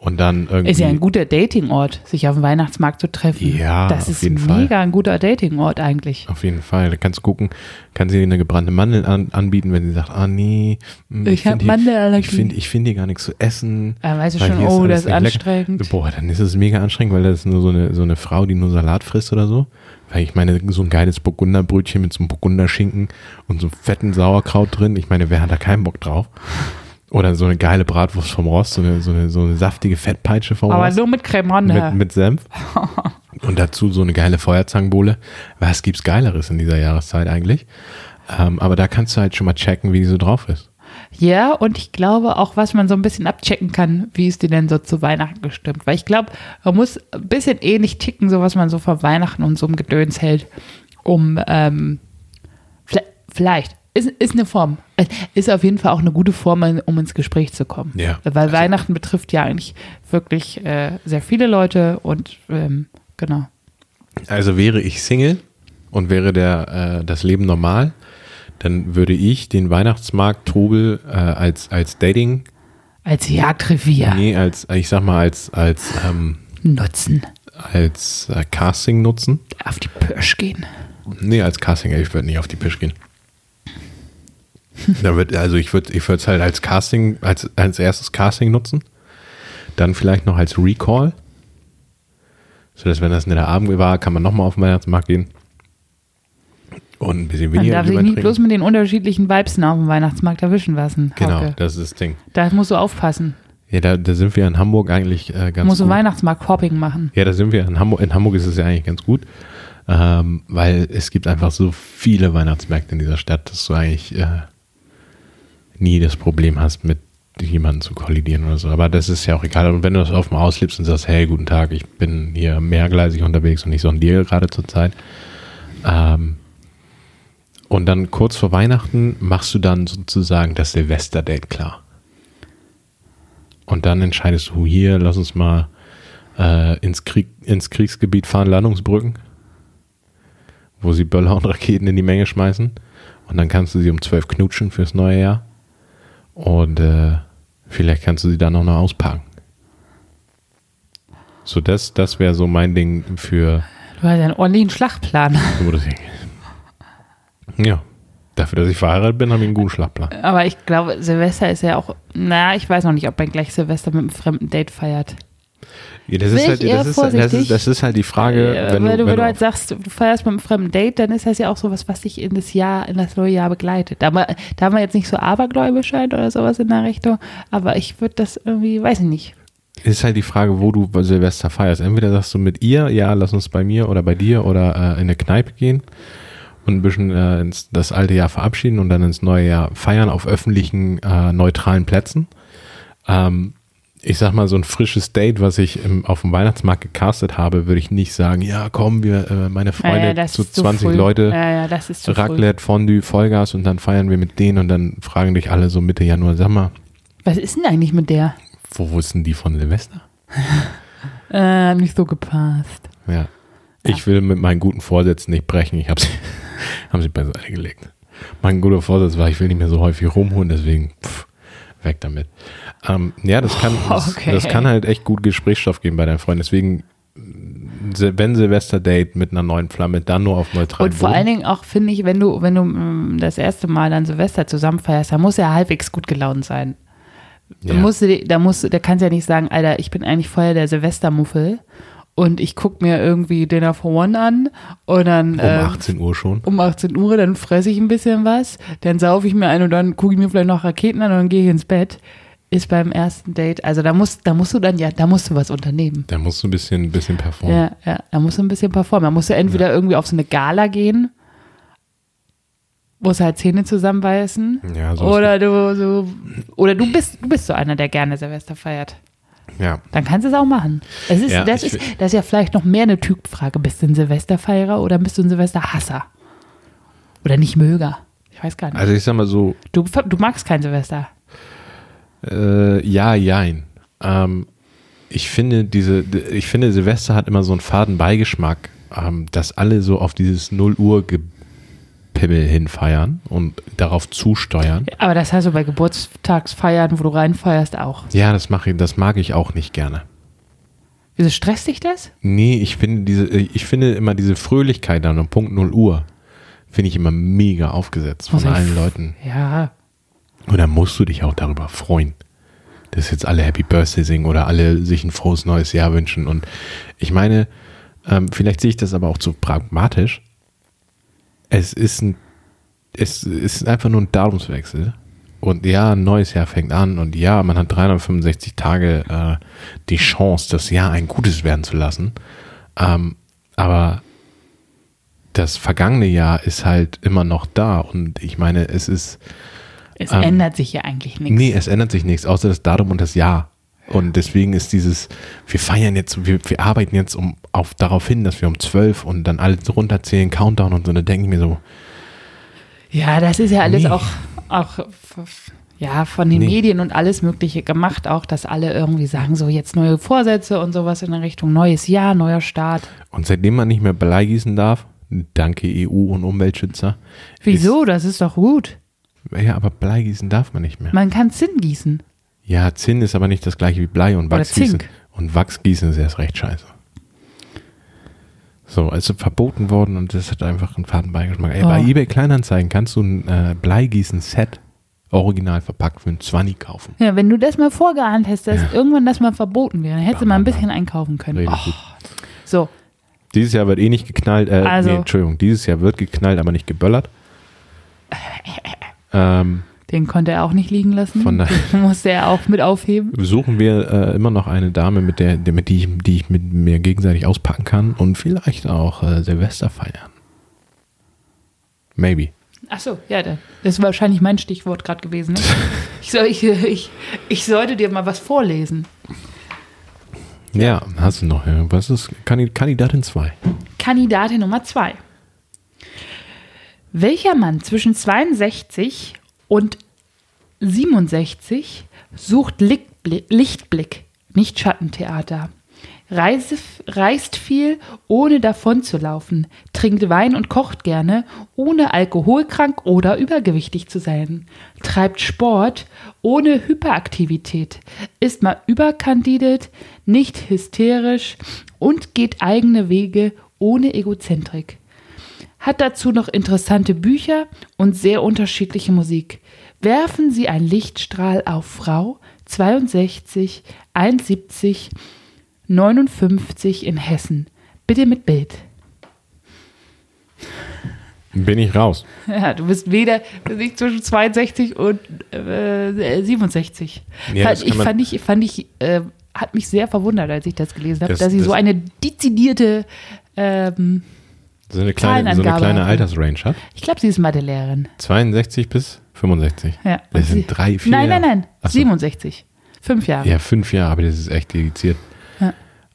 Speaker 3: Und dann irgendwie.
Speaker 4: Ist ja ein guter Datingort, sich auf dem Weihnachtsmarkt zu treffen.
Speaker 3: Mhm. Ja,
Speaker 4: das
Speaker 3: auf
Speaker 4: ist
Speaker 3: jeden
Speaker 4: mega
Speaker 3: Fall.
Speaker 4: ein guter Datingort eigentlich.
Speaker 3: Auf jeden Fall. Da kannst du gucken, kann sie dir eine gebrannte Mandel an, anbieten, wenn sie sagt, ah nee, mm,
Speaker 4: Ich hab
Speaker 3: find hier-
Speaker 4: Mandelallergie.
Speaker 3: Ich finde ich find hier gar nichts zu essen.
Speaker 4: Dann weißt du
Speaker 3: weil
Speaker 4: schon,
Speaker 3: hier
Speaker 4: oh,
Speaker 3: alles
Speaker 4: das ist
Speaker 3: nicht lecker.
Speaker 4: anstrengend.
Speaker 3: Boah, dann ist es mega anstrengend, weil das ist nur so eine, so eine Frau, die nur Salat frisst oder so. Weil ich meine, so ein geiles Burgunderbrötchen mit so einem Burgunderschinken und so einem fetten Sauerkraut drin. Ich meine, wer hat da keinen Bock drauf? Oder so eine geile Bratwurst vom Rost, so eine, so eine, so eine saftige Fettpeitsche vom
Speaker 4: Aber
Speaker 3: Rost.
Speaker 4: nur mit Cremande.
Speaker 3: Mit, mit Senf. Und dazu so eine geile Feuerzangenbowle. Was gibt's Geileres in dieser Jahreszeit eigentlich? Ähm, aber da kannst du halt schon mal checken, wie die so drauf ist.
Speaker 4: Ja, und ich glaube auch, was man so ein bisschen abchecken kann, wie ist die denn so zu Weihnachten gestimmt? Weil ich glaube, man muss ein bisschen ähnlich ticken, so was man so vor Weihnachten und so einem Gedöns hält, um ähm, vle- vielleicht. Ist, ist eine Form. Ist auf jeden Fall auch eine gute Form, um ins Gespräch zu kommen.
Speaker 3: Ja. also
Speaker 4: Weil Weihnachten betrifft ja eigentlich wirklich äh, sehr viele Leute und ähm, genau.
Speaker 3: Also wäre ich Single und wäre der, äh, das Leben normal, dann würde ich den Weihnachtsmarkt-Trubel äh, als, als Dating,
Speaker 4: Als Jagdrevier
Speaker 3: nee, als, ich sag mal, als, als, ähm,
Speaker 4: nutzen.
Speaker 3: als äh, Casting nutzen.
Speaker 4: Auf die Pirsch gehen.
Speaker 3: Nee, als Casting, ich würde nicht auf die Pisch gehen. Da wird, also ich würde ich würde es halt als Casting, als, als erstes Casting nutzen. Dann vielleicht noch als Recall. So dass wenn das in der Abend war, kann man nochmal auf den Weihnachtsmarkt gehen. Und ein bisschen
Speaker 4: Man
Speaker 3: weniger
Speaker 4: darf sich
Speaker 3: Glühwein
Speaker 4: nicht
Speaker 3: trinken.
Speaker 4: bloß mit den unterschiedlichen Weibsen auf dem Weihnachtsmarkt erwischen lassen.
Speaker 3: Genau,
Speaker 4: Hauke.
Speaker 3: das ist das Ding.
Speaker 4: Da musst du aufpassen.
Speaker 3: Ja, da, da sind wir in Hamburg eigentlich äh, ganz
Speaker 4: musst du
Speaker 3: gut.
Speaker 4: Weihnachtsmarkt-Hopping machen.
Speaker 3: Ja, da sind wir. In Hamburg, in Hamburg ist es ja eigentlich ganz gut, ähm, weil es gibt einfach so viele Weihnachtsmärkte in dieser Stadt, dass du eigentlich äh, nie das Problem hast, mit jemandem zu kollidieren oder so. Aber das ist ja auch egal. Und wenn du das offen auslebst und sagst, hey, guten Tag, ich bin hier mehrgleisig unterwegs und ich sondiere gerade zur Zeit. Ähm, und dann kurz vor Weihnachten machst du dann sozusagen das Silvester-Date klar. Und dann entscheidest du hier, lass uns mal äh, ins, Krieg, ins Kriegsgebiet fahren, Landungsbrücken, wo sie Böller und Raketen in die Menge schmeißen. Und dann kannst du sie um 12 knutschen fürs neue Jahr. Und äh, vielleicht kannst du sie dann auch noch auspacken. So, das, das wäre so mein Ding für.
Speaker 4: Du hast ja einen ordentlichen Schlachtplan.
Speaker 3: wo das hingeht. Ja. Dafür, dass ich verheiratet bin, habe ich einen guten Schlagplan.
Speaker 4: Aber ich glaube, Silvester ist ja auch. Na, ich weiß noch nicht, ob man gleich Silvester mit einem fremden Date feiert.
Speaker 3: Ja, das,
Speaker 4: Bin
Speaker 3: ist
Speaker 4: ich
Speaker 3: halt,
Speaker 4: eher
Speaker 3: das, ist, das,
Speaker 4: vorsichtig?
Speaker 3: ist, das ist halt die Frage,
Speaker 4: Äh,
Speaker 3: wenn
Speaker 4: weil
Speaker 3: du,
Speaker 4: du, wenn du
Speaker 3: auf-
Speaker 4: halt sagst, du feierst mit einem fremden Date, dann ist das ja auch sowas, was dich in das Jahr, in das neue Jahr begleitet. Da man, da man jetzt nicht so abergläubisch sein oder sowas in der Richtung, aber ich würde das irgendwie, weiß ich nicht.
Speaker 3: Ist halt die Frage, wo du Silvester feierst. Entweder sagst du mit ihr, ja, lass uns bei mir oder bei dir oder äh, in eine Kneipe gehen und ein bisschen äh, ins, das alte Jahr verabschieden und dann ins neue Jahr feiern auf öffentlichen, äh, neutralen Plätzen. Ähm, ich sag mal, so ein frisches Date, was ich im, auf dem Weihnachtsmarkt gecastet habe, würde ich nicht sagen, ja, komm, wir, äh, meine Freunde,
Speaker 4: Naja, das
Speaker 3: zu
Speaker 4: ist zu
Speaker 3: 20
Speaker 4: früh.
Speaker 3: Leute,
Speaker 4: Ja, ja, das ist zu früh.
Speaker 3: Raclette, Fondue, Vollgas und dann feiern wir mit denen und dann fragen dich alle so Mitte Januar, sag mal,
Speaker 4: Was ist denn eigentlich mit der?
Speaker 3: wo wussten die von Silvester?
Speaker 4: Äh, nicht so gepasst.
Speaker 3: Ja. Ich will mit meinen guten Vorsätzen nicht brechen. Ich habe sie, hab sie beiseite gelegt. Mein guter Vorsatz war, ich will nicht mehr so häufig rumholen, deswegen pff, weg damit. Ähm, ja, das kann, das,
Speaker 4: Okay.
Speaker 3: das kann halt echt gut Gesprächsstoff geben bei deinen Freunden. Deswegen, mh, Se- wenn Silvester-Date mit einer neuen Flamme, dann nur auf neutral.
Speaker 4: Und vor allen Dingen auch, finde ich, wenn du, wenn du mh, das erste Mal dann Silvester zusammen feierst, dann muss er halbwegs gut gelaunt sein. Da
Speaker 3: ja.
Speaker 4: musst du, dir- da musst du, da kannst du ja nicht sagen, Alter, ich bin eigentlich vorher der Silvestermuffel und ich guck mir irgendwie Dinner for One an und dann
Speaker 3: um
Speaker 4: äh,
Speaker 3: 18 Uhr schon.
Speaker 4: um 18 Uhr, dann fresse ich ein bisschen was, dann saufe ich mir ein und dann gucke ich mir vielleicht noch Raketen an und dann gehe ich ins Bett. Ist beim ersten Date, also da musst, da musst du dann, ja, da musst du was unternehmen.
Speaker 3: Da musst du ein bisschen, ein bisschen performen.
Speaker 4: Ja, ja, da musst du ein bisschen performen. Da musst du entweder irgendwie auf so eine Gala gehen, wo es halt Zähne zusammenbeißen.
Speaker 3: Ja, so ist
Speaker 4: oder du so, oder du bist, du bist so einer, der gerne Silvester feiert.
Speaker 3: ja.
Speaker 4: Dann kannst du es auch machen. Es ist,
Speaker 3: Ja,
Speaker 4: das,
Speaker 3: ich
Speaker 4: ist,
Speaker 3: will-
Speaker 4: das ist ja vielleicht noch mehr eine Typfrage. Bist du ein Silvesterfeierer oder bist du ein Silvesterhasser? Oder nicht Möger? Ich weiß gar nicht.
Speaker 3: Also ich sag mal so,
Speaker 4: du, du magst kein Silvester.
Speaker 3: Äh, ja, jein. Ähm, ich finde diese, ich finde Silvester hat immer so einen faden Beigeschmack, ähm, dass alle so auf dieses 0 Uhr Pimmel hinfeiern und darauf zusteuern.
Speaker 4: Aber das hast du bei Geburtstagsfeiern, wo du reinfeierst, auch.
Speaker 3: Ja, das mache ich, das mag ich auch nicht gerne.
Speaker 4: Wieso stresst dich das?
Speaker 3: Nee, ich finde diese, ich finde immer diese Fröhlichkeit dann um Punkt 0 Uhr, finde ich immer mega aufgesetzt von
Speaker 4: Muss ich-
Speaker 3: allen Leuten.
Speaker 4: Ja.
Speaker 3: Und dann musst du dich auch darüber freuen, dass jetzt alle Happy Birthday singen oder alle sich ein frohes neues Jahr wünschen. Und ich meine, ähm, vielleicht sehe ich das aber auch zu pragmatisch. Es ist ein, es ist einfach nur ein Datumswechsel. Und ja, ein neues Jahr fängt an und ja, man hat 365 Tage äh, die Chance, das Jahr ein gutes werden zu lassen. Ähm, aber das vergangene Jahr ist halt immer noch da und ich meine, es ist
Speaker 4: Es
Speaker 3: Ähm,
Speaker 4: ändert sich ja eigentlich nichts.
Speaker 3: Nee, es ändert sich nichts, außer das Datum und das Jahr. Und deswegen ist dieses, wir feiern jetzt, wir, wir arbeiten jetzt um, auf, darauf hin, dass wir um 12 und dann alles runterzählen, Countdown und so, da denke ich mir so,
Speaker 4: Ja, das ist ja alles
Speaker 3: Nee.
Speaker 4: auch, auch f- ja, von den
Speaker 3: Nee.
Speaker 4: Medien und alles Mögliche gemacht, auch dass alle irgendwie sagen, so jetzt neue Vorsätze und sowas in der Richtung neues Jahr, neuer Start.
Speaker 3: und seitdem man nicht mehr bleigießen darf, danke EU und Umweltschützer.
Speaker 4: Wieso? das ist doch gut.
Speaker 3: Ist, ja, aber bleigießen darf man nicht mehr.
Speaker 4: Man kann Zinn gießen.
Speaker 3: Ja, Zinn ist aber nicht das gleiche wie Blei und
Speaker 4: Oder
Speaker 3: Wachsgießen.
Speaker 4: Zink.
Speaker 3: Und Wachsgießen ist erst recht scheiße. So, also verboten worden und das hat einfach einen Fadenbeigeschmack. Ey, Bei
Speaker 4: Oh.
Speaker 3: eBay Kleinanzeigen kannst du ein äh, Bleigießen-Set original verpackt für einen 20 kaufen.
Speaker 4: Ja, wenn du das mal vorgeahnt hättest, dass irgendwann das mal verboten wäre, dann hättest du mal ein bisschen einkaufen können.
Speaker 3: Richtig
Speaker 4: Oh,
Speaker 3: gut.
Speaker 4: so,
Speaker 3: Dieses Jahr wird eh nicht geknallt. Äh,
Speaker 4: Also-
Speaker 3: nee, Entschuldigung, dieses Jahr wird geknallt, aber nicht geböllert. ähm,
Speaker 4: den konnte er auch nicht liegen lassen.
Speaker 3: Von daher-
Speaker 4: den musste er auch mit aufheben.
Speaker 3: suchen wir äh, immer noch eine Dame, mit der, die- mit die, ich, die ich mit mir gegenseitig auspacken kann und vielleicht auch äh, Silvester feiern. Maybe.
Speaker 4: Ach so, ja, da- das ist wahrscheinlich mein Stichwort gerade gewesen. Ne? Ich, soll, ich, ich, ich sollte dir mal was vorlesen.
Speaker 3: Ja, hast du noch irgendwas? Ist Kandi- Kandidatin 2.
Speaker 4: Kandidatin Nummer zwei. Welcher Mann zwischen 62 und 67 sucht Lichtblick, Lichtblick nicht Schattentheater? Reise, reist viel, ohne davonzulaufen, trinkt Wein und kocht gerne, ohne alkoholkrank oder übergewichtig zu sein, treibt Sport ohne Hyperaktivität, ist mal überkandidet, nicht hysterisch und geht eigene Wege ohne Egozentrik hat dazu noch interessante Bücher und sehr unterschiedliche Musik. Werfen Sie einen Lichtstrahl auf Frau 62 71 59 in Hessen. Bitte mit Bild.
Speaker 3: Bin ich raus.
Speaker 4: Ja, du bist weder du bist nicht zwischen 62 und äh, 67.
Speaker 3: Ja, das
Speaker 4: fand,
Speaker 3: kann
Speaker 4: ich
Speaker 3: man-
Speaker 4: fand ich, fand ich äh, hat mich sehr verwundert, als ich das gelesen habe,
Speaker 3: Das-
Speaker 4: dass sie
Speaker 3: das-
Speaker 4: so eine dezidierte, ähm,
Speaker 3: So eine kleine, so eine
Speaker 4: Zahlenangabe
Speaker 3: kleine
Speaker 4: hatten.
Speaker 3: Altersrange hat.
Speaker 4: ich glaube, sie ist Mathelehrerin.
Speaker 3: 62 bis 65.
Speaker 4: Ja.
Speaker 3: Das
Speaker 4: Und
Speaker 3: sind
Speaker 4: sie-
Speaker 3: drei, vier
Speaker 4: Nein, nein,
Speaker 3: Jahre.
Speaker 4: nein.
Speaker 3: Ach so.
Speaker 4: 67. Fünf Jahre.
Speaker 3: Ja, fünf Jahre, aber das ist echt dediziert.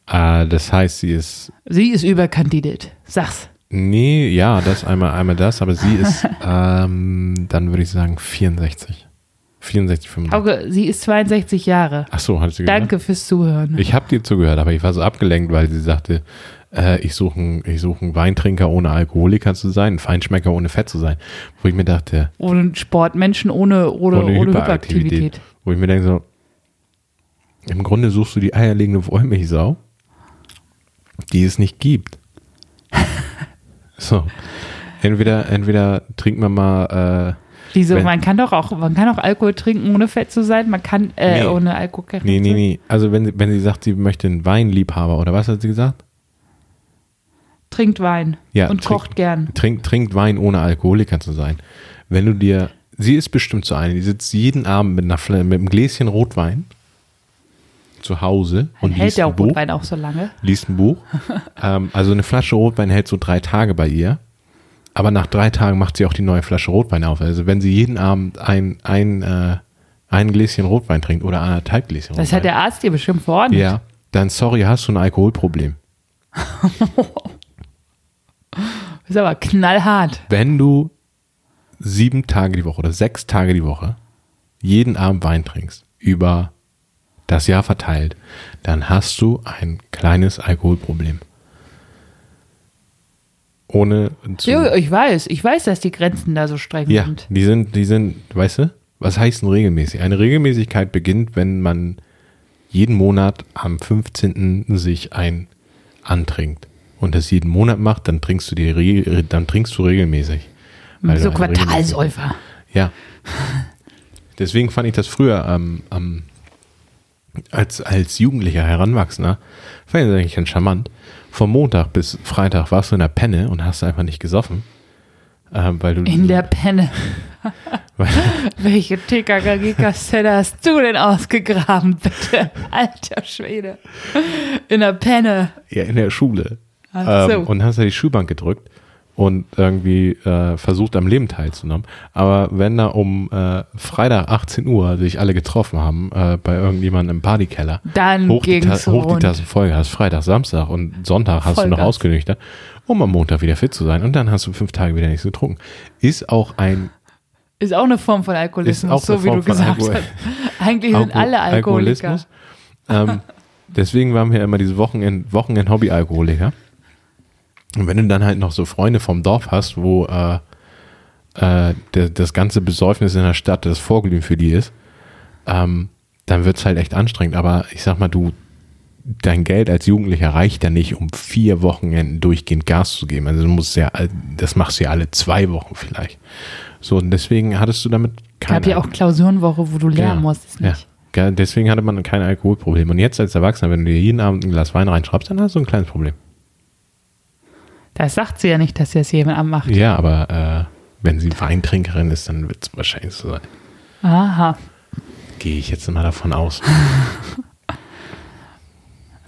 Speaker 3: Äh, das heißt, sie ist.
Speaker 4: Sie ist überkandidat. Sag's.
Speaker 3: Nee, ja, das einmal, einmal das, aber sie ist, ähm, dann würde ich sagen, 64. 64, 65.
Speaker 4: Hauke, sie ist 62 Jahre.
Speaker 3: Ach so, hast du gehört?
Speaker 4: Danke fürs Zuhören.
Speaker 3: Ich habe dir zugehört, aber ich war so abgelenkt, weil sie sagte, äh, ich suche einen, ich suche einen Weintrinker ohne Alkoholiker zu sein, einen Feinschmecker ohne Fett zu sein. Wo ich mir dachte,
Speaker 4: Ohne Sportmenschen, ohne, ohne,
Speaker 3: ohne,
Speaker 4: ohne,
Speaker 3: Hyperaktivität.
Speaker 4: Hyperaktivität.
Speaker 3: Wo ich mir denke so, im Grunde suchst du die eierlegende Wollmilchsau, die es nicht gibt. so. Entweder, entweder trinkt man mal, äh,
Speaker 4: Wieso?
Speaker 3: Wenn-
Speaker 4: man kann doch auch, man kann auch Alkohol trinken, ohne fett zu sein. Man kann äh,
Speaker 3: Nee.
Speaker 4: ohne Alkohol.
Speaker 3: äh, nee, nee, nee. Also wenn, sie- wenn sie sagt, sie möchte einen Weinliebhaber oder was hat sie gesagt?
Speaker 4: Trinkt Wein
Speaker 3: Ja,
Speaker 4: und
Speaker 3: trink-
Speaker 4: kocht gern.
Speaker 3: Trink, trinkt Wein, ohne Alkoholiker zu sein. Wenn du dir, sie ist bestimmt so eine, die sitzt jeden Abend mit, einer, Fl- mit einem Gläschen Rotwein zu Hause
Speaker 4: Dann
Speaker 3: und Oh
Speaker 4: hält
Speaker 3: liest
Speaker 4: der
Speaker 3: ein,
Speaker 4: auch
Speaker 3: Buch,
Speaker 4: Rotwein auch so lange.
Speaker 3: liest ein Buch. ähm, also eine Flasche Rotwein hält so drei Tage bei ihr. Aber nach drei Tagen macht sie auch die neue Flasche Rotwein auf. Also wenn sie jeden Abend ein, ein, äh, ein Gläschen Rotwein trinkt oder anderthalb Gläschen
Speaker 4: Das
Speaker 3: Rotwein.
Speaker 4: hat der Arzt dir bestimmt verordnet.
Speaker 3: Ja, dann sorry, hast du ein Alkoholproblem.
Speaker 4: Ist aber knallhart.
Speaker 3: wenn du sieben Tage die Woche oder sechs Tage die Woche jeden Abend Wein trinkst, über das Jahr verteilt, dann hast du ein kleines Alkoholproblem. ohne zu.
Speaker 4: Ja, ich weiß, ich weiß, dass die Grenzen da so streng
Speaker 3: Ja,
Speaker 4: sind.
Speaker 3: die sind, die sind, weißt du, was heißt denn regelmäßig? Eine Regelmäßigkeit beginnt, wenn man jeden Monat am 15. sich ein antrinkt und das jeden Monat macht, dann trinkst du die Regel, dann trinkst du regelmäßig. Weil
Speaker 4: so
Speaker 3: du eine regelmäßige-
Speaker 4: Quartalsäufer.
Speaker 3: ja. Deswegen fand ich das früher ähm, am- als, als Jugendlicher Heranwachsender, fand ich das eigentlich ganz charmant. Vom Montag bis Freitag warst du in der Penne und hast einfach nicht gesoffen. Ähm, weil du
Speaker 4: In der Penne.
Speaker 3: weil,
Speaker 4: Welche TKKG-Kassette hast du denn ausgegraben, bitte? Alter Schwede. In der Penne.
Speaker 3: ja, in der Schule.
Speaker 4: Ach so.
Speaker 3: Ähm, und hast da die Schulbank gedrückt und irgendwie äh, versucht, am Leben teilzunehmen. Aber wenn da um äh, Freitag 18 Uhr sich alle getroffen haben, äh, bei irgendjemandem im Partykeller,
Speaker 4: Dann
Speaker 3: hoch, die,
Speaker 4: ging's
Speaker 3: Ta- hoch die
Speaker 4: rund.
Speaker 3: Tassen Folge hast, Freitag, Samstag und Sonntag hast du noch
Speaker 4: Vollgas.
Speaker 3: ausgenüchtert, um am Montag wieder fit zu sein und dann hast du fünf Tage wieder nichts getrunken. Ist auch ein
Speaker 4: Ist auch eine Form von
Speaker 3: ist
Speaker 4: Alkoholismus,
Speaker 3: auch eine
Speaker 4: so wie
Speaker 3: Form
Speaker 4: du
Speaker 3: von
Speaker 4: gesagt
Speaker 3: Alkohol-
Speaker 4: hast. Eigentlich sind
Speaker 3: Alko-
Speaker 4: alle Alkoholiker.
Speaker 3: Alkoholismus. Ähm, deswegen waren wir immer diese Wochenend, Wochenend Hobby-Alkoholiker. Und wenn du dann halt noch so Freunde vom Dorf hast, wo äh, äh, der, das ganze Besäufnis in der Stadt das Vorglühen für die ist, ähm, dann wird es halt echt anstrengend. Aber ich sag mal, du, dein Geld als Jugendlicher reicht ja nicht, um vier Wochenenden durchgehend Gas zu geben. Also du musst ja, all- das machst du ja alle zwei Wochen vielleicht. So, und deswegen hattest du damit
Speaker 4: Ich habe ja auch Klausurenwoche, wo du lernen musst. Ist nicht.
Speaker 3: Genau. ja, deswegen hatte man kein Alkoholproblem. Und jetzt als Erwachsener, wenn du dir jeden Abend ein Glas Wein reinschraubst, dann hast du ein kleines Problem.
Speaker 4: Das sagt sie ja nicht, dass jetzt jemand anmacht.
Speaker 3: Ja, aber äh, wenn sie Weintrinkerin ist, dann wird es wahrscheinlich so sein.
Speaker 4: Aha.
Speaker 3: Gehe ich jetzt mal davon aus.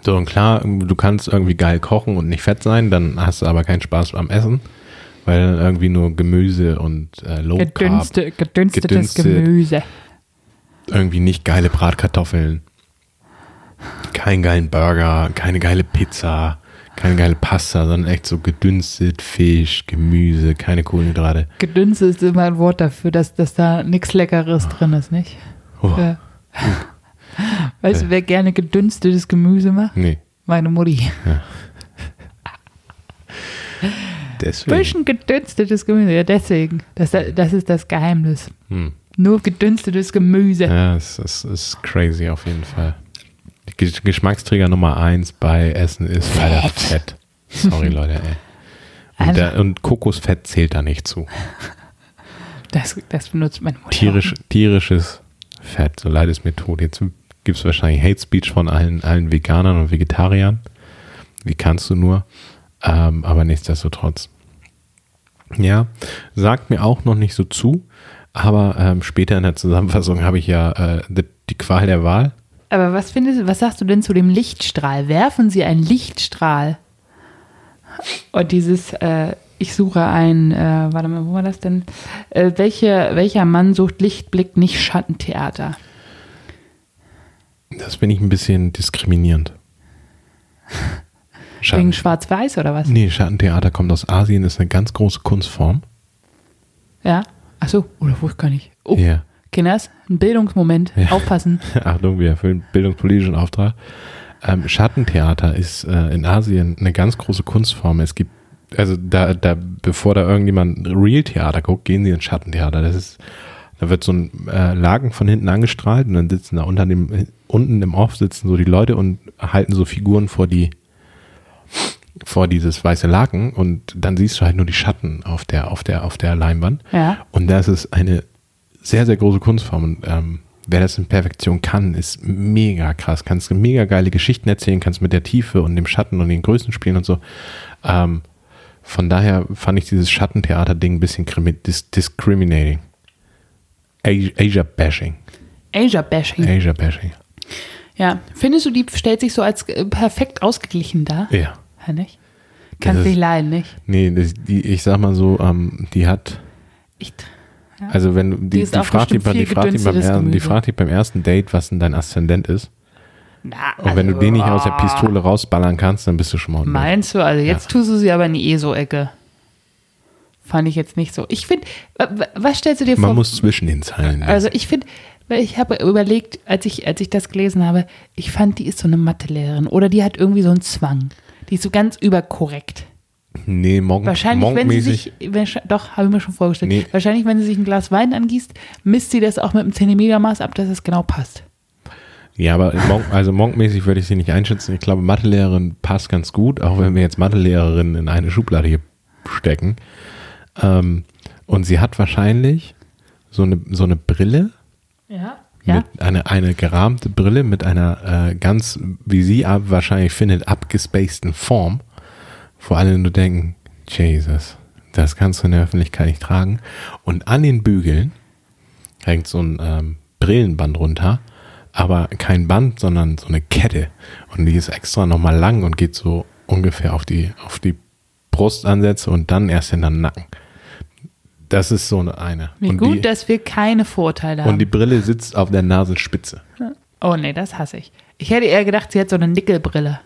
Speaker 3: so, und klar, du kannst irgendwie geil kochen und nicht fett sein, dann hast du aber keinen Spaß am Essen, weil dann irgendwie nur Gemüse und äh, Low Carb,
Speaker 4: Gedünste, gedünstetes
Speaker 3: Gedünstet.
Speaker 4: Gemüse.
Speaker 3: irgendwie nicht geile Bratkartoffeln, keinen geilen Burger, keine geile Pizza, keine geile Pasta, sondern echt so gedünstet, Fisch, Gemüse, keine Kohlenhydrate.
Speaker 4: Gedünste ist immer ein Wort dafür, dass, dass da nichts Leckeres drin ist, nicht?
Speaker 3: Oh,
Speaker 4: Ja. Weißt du, wer gerne gedünstetes Gemüse macht?
Speaker 3: Nee,
Speaker 4: Meine Mutti.
Speaker 3: deswegen.
Speaker 4: Zwischen gedünstetes Gemüse, ja deswegen. Das, das ist das Geheimnis.
Speaker 3: Hm.
Speaker 4: Nur gedünstetes Gemüse.
Speaker 3: Ja, es ist, es ist crazy auf jeden Fall. Ge- Geschmacksträger Nummer eins bei Essen ist leider Fett. Sorry, Leute, ey. Und,
Speaker 4: Also-
Speaker 3: da, und Kokosfett zählt da nicht zu.
Speaker 4: Das, das benutzt meine Mutter.
Speaker 3: Tierisch, tierisches Fett, so leid es mir tut. Jetzt gibt es wahrscheinlich Hate Speech von allen, allen Veganern und Vegetariern. Wie kannst du nur? Ähm, aber nichtsdestotrotz. Ja, sagt mir auch noch nicht so zu, aber ähm, später in der Zusammenfassung habe ich ja äh, die, die Qual der Wahl.
Speaker 4: Aber was findest du, was sagst du denn zu dem Lichtstrahl? Werfen sie einen Lichtstrahl? Und dieses, äh, ich suche ein, äh, warte mal, wo war das denn? Äh, welche, welcher Mann sucht Lichtblick, nicht Schattentheater?
Speaker 3: Das finde ich ein bisschen diskriminierend.
Speaker 4: Wegen
Speaker 3: Schatten,
Speaker 4: Schwarz-Weiß oder was?
Speaker 3: nee, Schattentheater kommt aus Asien, ist eine ganz große Kunstform.
Speaker 4: Ja? Ach so, oder wo ich gar nicht. Oh,
Speaker 3: Ja.
Speaker 4: Kinders, ein Bildungsmoment, aufpassen.
Speaker 3: Achtung, wir erfüllen bildungspolitischen Auftrag. Ähm, Schattentheater ist äh, in Asien eine ganz große Kunstform. Es gibt, also da, da, bevor da irgendjemand Real-Theater guckt, gehen sie ins Schattentheater. Das ist, da wird so ein äh, Laken von hinten angestrahlt und dann sitzen da unter dem, unten im Off sitzen so die Leute und halten so Figuren vor die vor dieses weiße Laken und dann siehst du halt nur die Schatten auf der, auf der, auf der Leinwand.
Speaker 4: Ja.
Speaker 3: Und das ist eine sehr, sehr große Kunstform. Und ähm, wer das in Perfektion kann, ist mega krass. Kannst mega geile Geschichten erzählen, kannst mit der Tiefe und dem Schatten und den Größen spielen und so. Ähm, von daher fand ich dieses Schattentheater-Ding ein bisschen krimi- dis discriminating. Asi- Asia-Bashing.
Speaker 4: Asia-Bashing.
Speaker 3: Asia-Bashing.
Speaker 4: Ja. Findest du, die stellt sich so als äh, perfekt ausgeglichen dar?
Speaker 3: Ja.
Speaker 4: Ja, nicht? Kannst
Speaker 3: ist-
Speaker 4: dich leiden, nicht?
Speaker 3: Nee, das, die, ich sag mal so, ähm, die hat
Speaker 4: Ich,
Speaker 3: Also wenn du- die,
Speaker 4: Die
Speaker 3: die,
Speaker 4: ist auch
Speaker 3: fragt die,
Speaker 4: bestimmt
Speaker 3: die,
Speaker 4: viel
Speaker 3: fragt die, beim
Speaker 4: gedünstetes
Speaker 3: ersten, die
Speaker 4: Gemüse.
Speaker 3: fragt die beim ersten Date, was denn dein Aszendent ist.
Speaker 4: na, also,
Speaker 3: Und wenn du den nicht aus der Pistole rausballern kannst, dann bist du schon mal unten.
Speaker 4: Meinst du? Also jetzt tust du sie aber in die ESO-Ecke. Fand ich jetzt nicht so. Ich finde, was stellst du dir vor?
Speaker 3: Man muss zwischen den Zeilen. lesen.
Speaker 4: also ich finde, weil ich habe überlegt, als ich, als ich das gelesen habe, ich fand, die ist so eine Mathelehrerin oder die hat irgendwie so einen Zwang. Die ist so ganz überkorrekt.
Speaker 3: Nee, Monk,
Speaker 4: Wahrscheinlich, wenn sie sich, wahrsch- doch, habe ich mir schon vorgestellt.
Speaker 3: Nee.
Speaker 4: Wahrscheinlich, wenn sie sich ein Glas Wein angießt, misst sie das auch mit einem Zentimetermaß ab, dass es genau passt.
Speaker 3: Ja, aber Monk, also Monk-mäßig würde ich sie nicht einschätzen. Ich glaube, Mathelehrerin passt ganz gut, auch wenn wir jetzt Mathelehrerin in eine Schublade hier stecken. Ähm, und sie hat wahrscheinlich so eine, so eine Brille,
Speaker 4: Ja. Ja.
Speaker 3: mit eine, eine gerahmte Brille mit einer äh, ganz, wie sie ab, wahrscheinlich findet, abgespaceden Form, vor allem nur denken, Jesus, das kannst du in der Öffentlichkeit nicht tragen. Und an den Bügeln hängt so ein ähm, Brillenband runter, aber kein Band, sondern so eine Kette. Und die ist extra nochmal lang und geht so ungefähr auf die, auf die Brustansätze und dann erst in den Nacken. Das ist so eine. eine.
Speaker 4: Wie
Speaker 3: und
Speaker 4: gut,
Speaker 3: die,
Speaker 4: dass wir keine Vorurteile haben.
Speaker 3: und die Brille sitzt auf der Nasenspitze.
Speaker 4: oh nee, das hasse ich. Ich hätte eher gedacht, sie hat so eine Nickelbrille.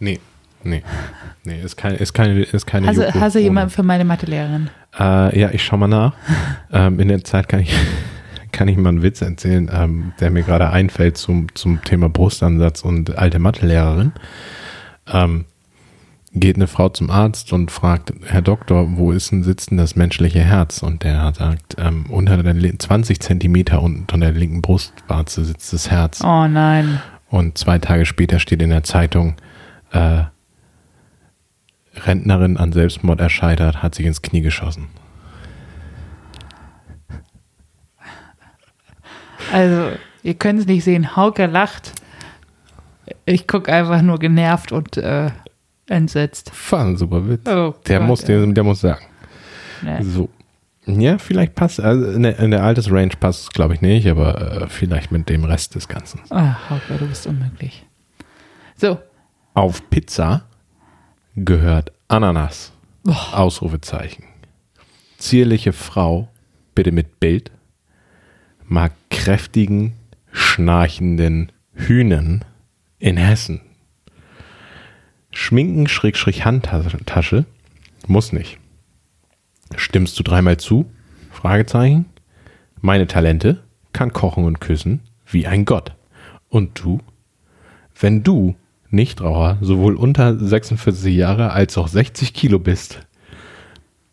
Speaker 3: Nee, nee. Nee, ist keine, ist keine, ist keine
Speaker 4: Hasse,
Speaker 3: Joko
Speaker 4: hasse
Speaker 3: Ono.
Speaker 4: jemand für meine Mathelehrerin.
Speaker 3: Äh, ja, ich schau mal nach. ähm, in der Zeit kann ich, kann ich mal einen Witz erzählen, ähm, der mir gerade einfällt zum, zum Thema Brustansatz und alte Mathelehrerin. Ähm, geht eine Frau zum Arzt und fragt, Herr Doktor, wo ist denn sitzt denn das menschliche Herz? Und der sagt, ähm, unter der li- 20 Zentimeter unter der linken Brustwarze sitzt das Herz.
Speaker 4: Oh nein.
Speaker 3: Und zwei Tage später steht in der Zeitung, äh, Rentnerin an Selbstmord erscheitert, hat sich ins Knie geschossen.
Speaker 4: Also, ihr könnt es nicht sehen. Hauke lacht. Ich gucke einfach nur genervt und äh, entsetzt.
Speaker 3: Fahren, super Witz.
Speaker 4: Oh
Speaker 3: der,
Speaker 4: Gott,
Speaker 3: muss, der, der muss sagen.
Speaker 4: Nee.
Speaker 3: So. Ja, vielleicht passt, also in der, in der Altersrange passt es, glaube ich, nicht, aber äh, vielleicht mit dem Rest des Ganzen.
Speaker 4: Ah, Hauke, du bist unmöglich. So,
Speaker 3: Auf Pizza gehört Ananas. Ausrufezeichen. Zierliche Frau, bitte mit Bild, mag kräftigen, schnarchenden Hühnern in Hessen. Schminken, Schrägstrich, Handtasche, muss nicht. Stimmst du dreimal zu? Fragezeichen. Meine Talente kann kochen und küssen wie ein Gott. Und du? Wenn du, Nichtraucher, sowohl unter 46 Jahre als auch 60 Kilo bist,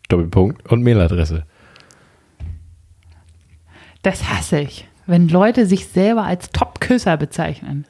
Speaker 3: Doppelpunkt und Mailadresse.
Speaker 4: das hasse ich. Wenn Leute sich selber als Top-Küsser bezeichnen.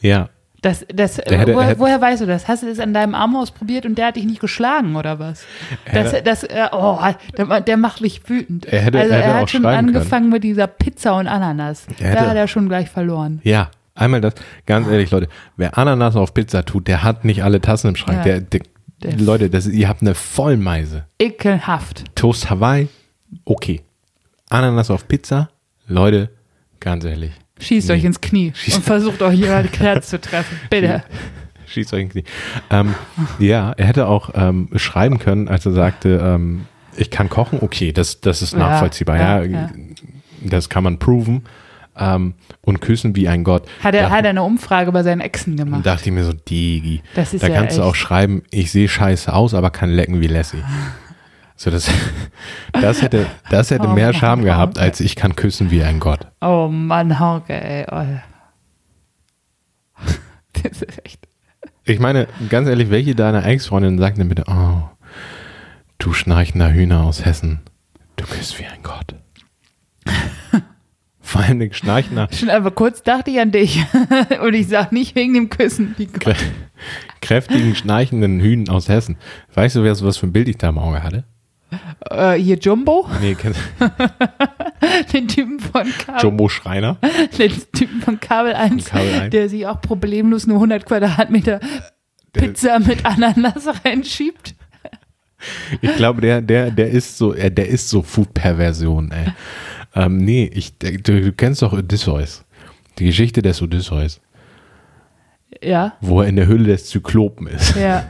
Speaker 3: Ja,
Speaker 4: Das, das,
Speaker 3: hätte-
Speaker 4: woher,
Speaker 3: hätte-
Speaker 4: woher weißt du das? Hast du das an deinem Arm ausprobiert und der hat dich nicht geschlagen oder was? Das,
Speaker 3: Hätte-
Speaker 4: das, äh, oh, der, ma- der macht mich wütend.
Speaker 3: Er hätte-
Speaker 4: also
Speaker 3: er hätte
Speaker 4: er
Speaker 3: auch
Speaker 4: hat schon
Speaker 3: schreiben können.
Speaker 4: angefangen mit dieser Pizza und Ananas.
Speaker 3: Er hätte-
Speaker 4: da hat er schon gleich verloren.
Speaker 3: ja. Einmal das, ganz
Speaker 4: Ah.
Speaker 3: ehrlich, Leute, wer Ananas auf Pizza tut, der hat nicht alle Tassen im Schrank.
Speaker 4: Ja.
Speaker 3: Der, der,
Speaker 4: Der-
Speaker 3: Leute, das, ihr habt eine Vollmeise.
Speaker 4: Ekelhaft.
Speaker 3: Toast Hawaii, okay. Ananas auf Pizza, Leute, ganz ehrlich,
Speaker 4: Schießt
Speaker 3: Nee.
Speaker 4: euch ins Knie
Speaker 3: Schießt-
Speaker 4: und versucht euch hier ein Herz zu treffen. Bitte.
Speaker 3: Schießt euch ins Knie. Ähm, ja, er hätte auch ähm, schreiben können, als er sagte, ähm, ich kann kochen. Okay, das, das ist nachvollziehbar. Ja,
Speaker 4: ja.
Speaker 3: das kann man proven. Ähm, und küssen wie ein Gott.
Speaker 4: Hat, er,
Speaker 3: dachte,
Speaker 4: hat er eine Umfrage bei seinen Exen gemacht.
Speaker 3: dachte ich mir so, Digi,
Speaker 4: Das ist
Speaker 3: da
Speaker 4: ja
Speaker 3: kannst du
Speaker 4: echt.
Speaker 3: auch schreiben, ich sehe scheiße aus, aber kann lecken wie Lassie. So, das, das hätte, das hätte
Speaker 4: Oh
Speaker 3: mehr
Speaker 4: Mann,
Speaker 3: Charme
Speaker 4: oh
Speaker 3: gehabt,
Speaker 4: Mann.
Speaker 3: als ich kann küssen wie ein Gott.
Speaker 4: Oh Mann, Hauke, ey. Oh. Das ist echt.
Speaker 3: Ich meine, ganz ehrlich, welche deiner Ex-Freundinnen sagt denn bitte, oh, du schnarchender Hühner aus Hessen, du bist wie ein Gott. Vor allem den schnarchender,
Speaker 4: Schon einfach kurz dachte ich an dich. Und ich sag nicht wegen dem Küssen. Die Gott.
Speaker 3: krä kräftigen, schnarchenden Hühnen aus Hessen. Weißt du, wer so was für ein Bild ich da im Auge hatte?
Speaker 4: Äh, hier Jumbo,
Speaker 3: Nee, kennst
Speaker 4: den Typen von Kabel,
Speaker 3: Jumbo Schreiner.
Speaker 4: den Typen von Kabel 1,
Speaker 3: Von Kabel Äh, 1.
Speaker 4: der sich auch problemlos eine 100 Quadratmeter Pizza mit Ananas reinschiebt.
Speaker 3: Ich glaube, der, der, der ist so, äh, der ist so Food-Perversion, ey. Ähm, nee, ich, du, du kennst doch Odysseus. Die Geschichte des Odysseus,
Speaker 4: Ja,
Speaker 3: wo er in der Höhle des Zyklopen ist.
Speaker 4: ja,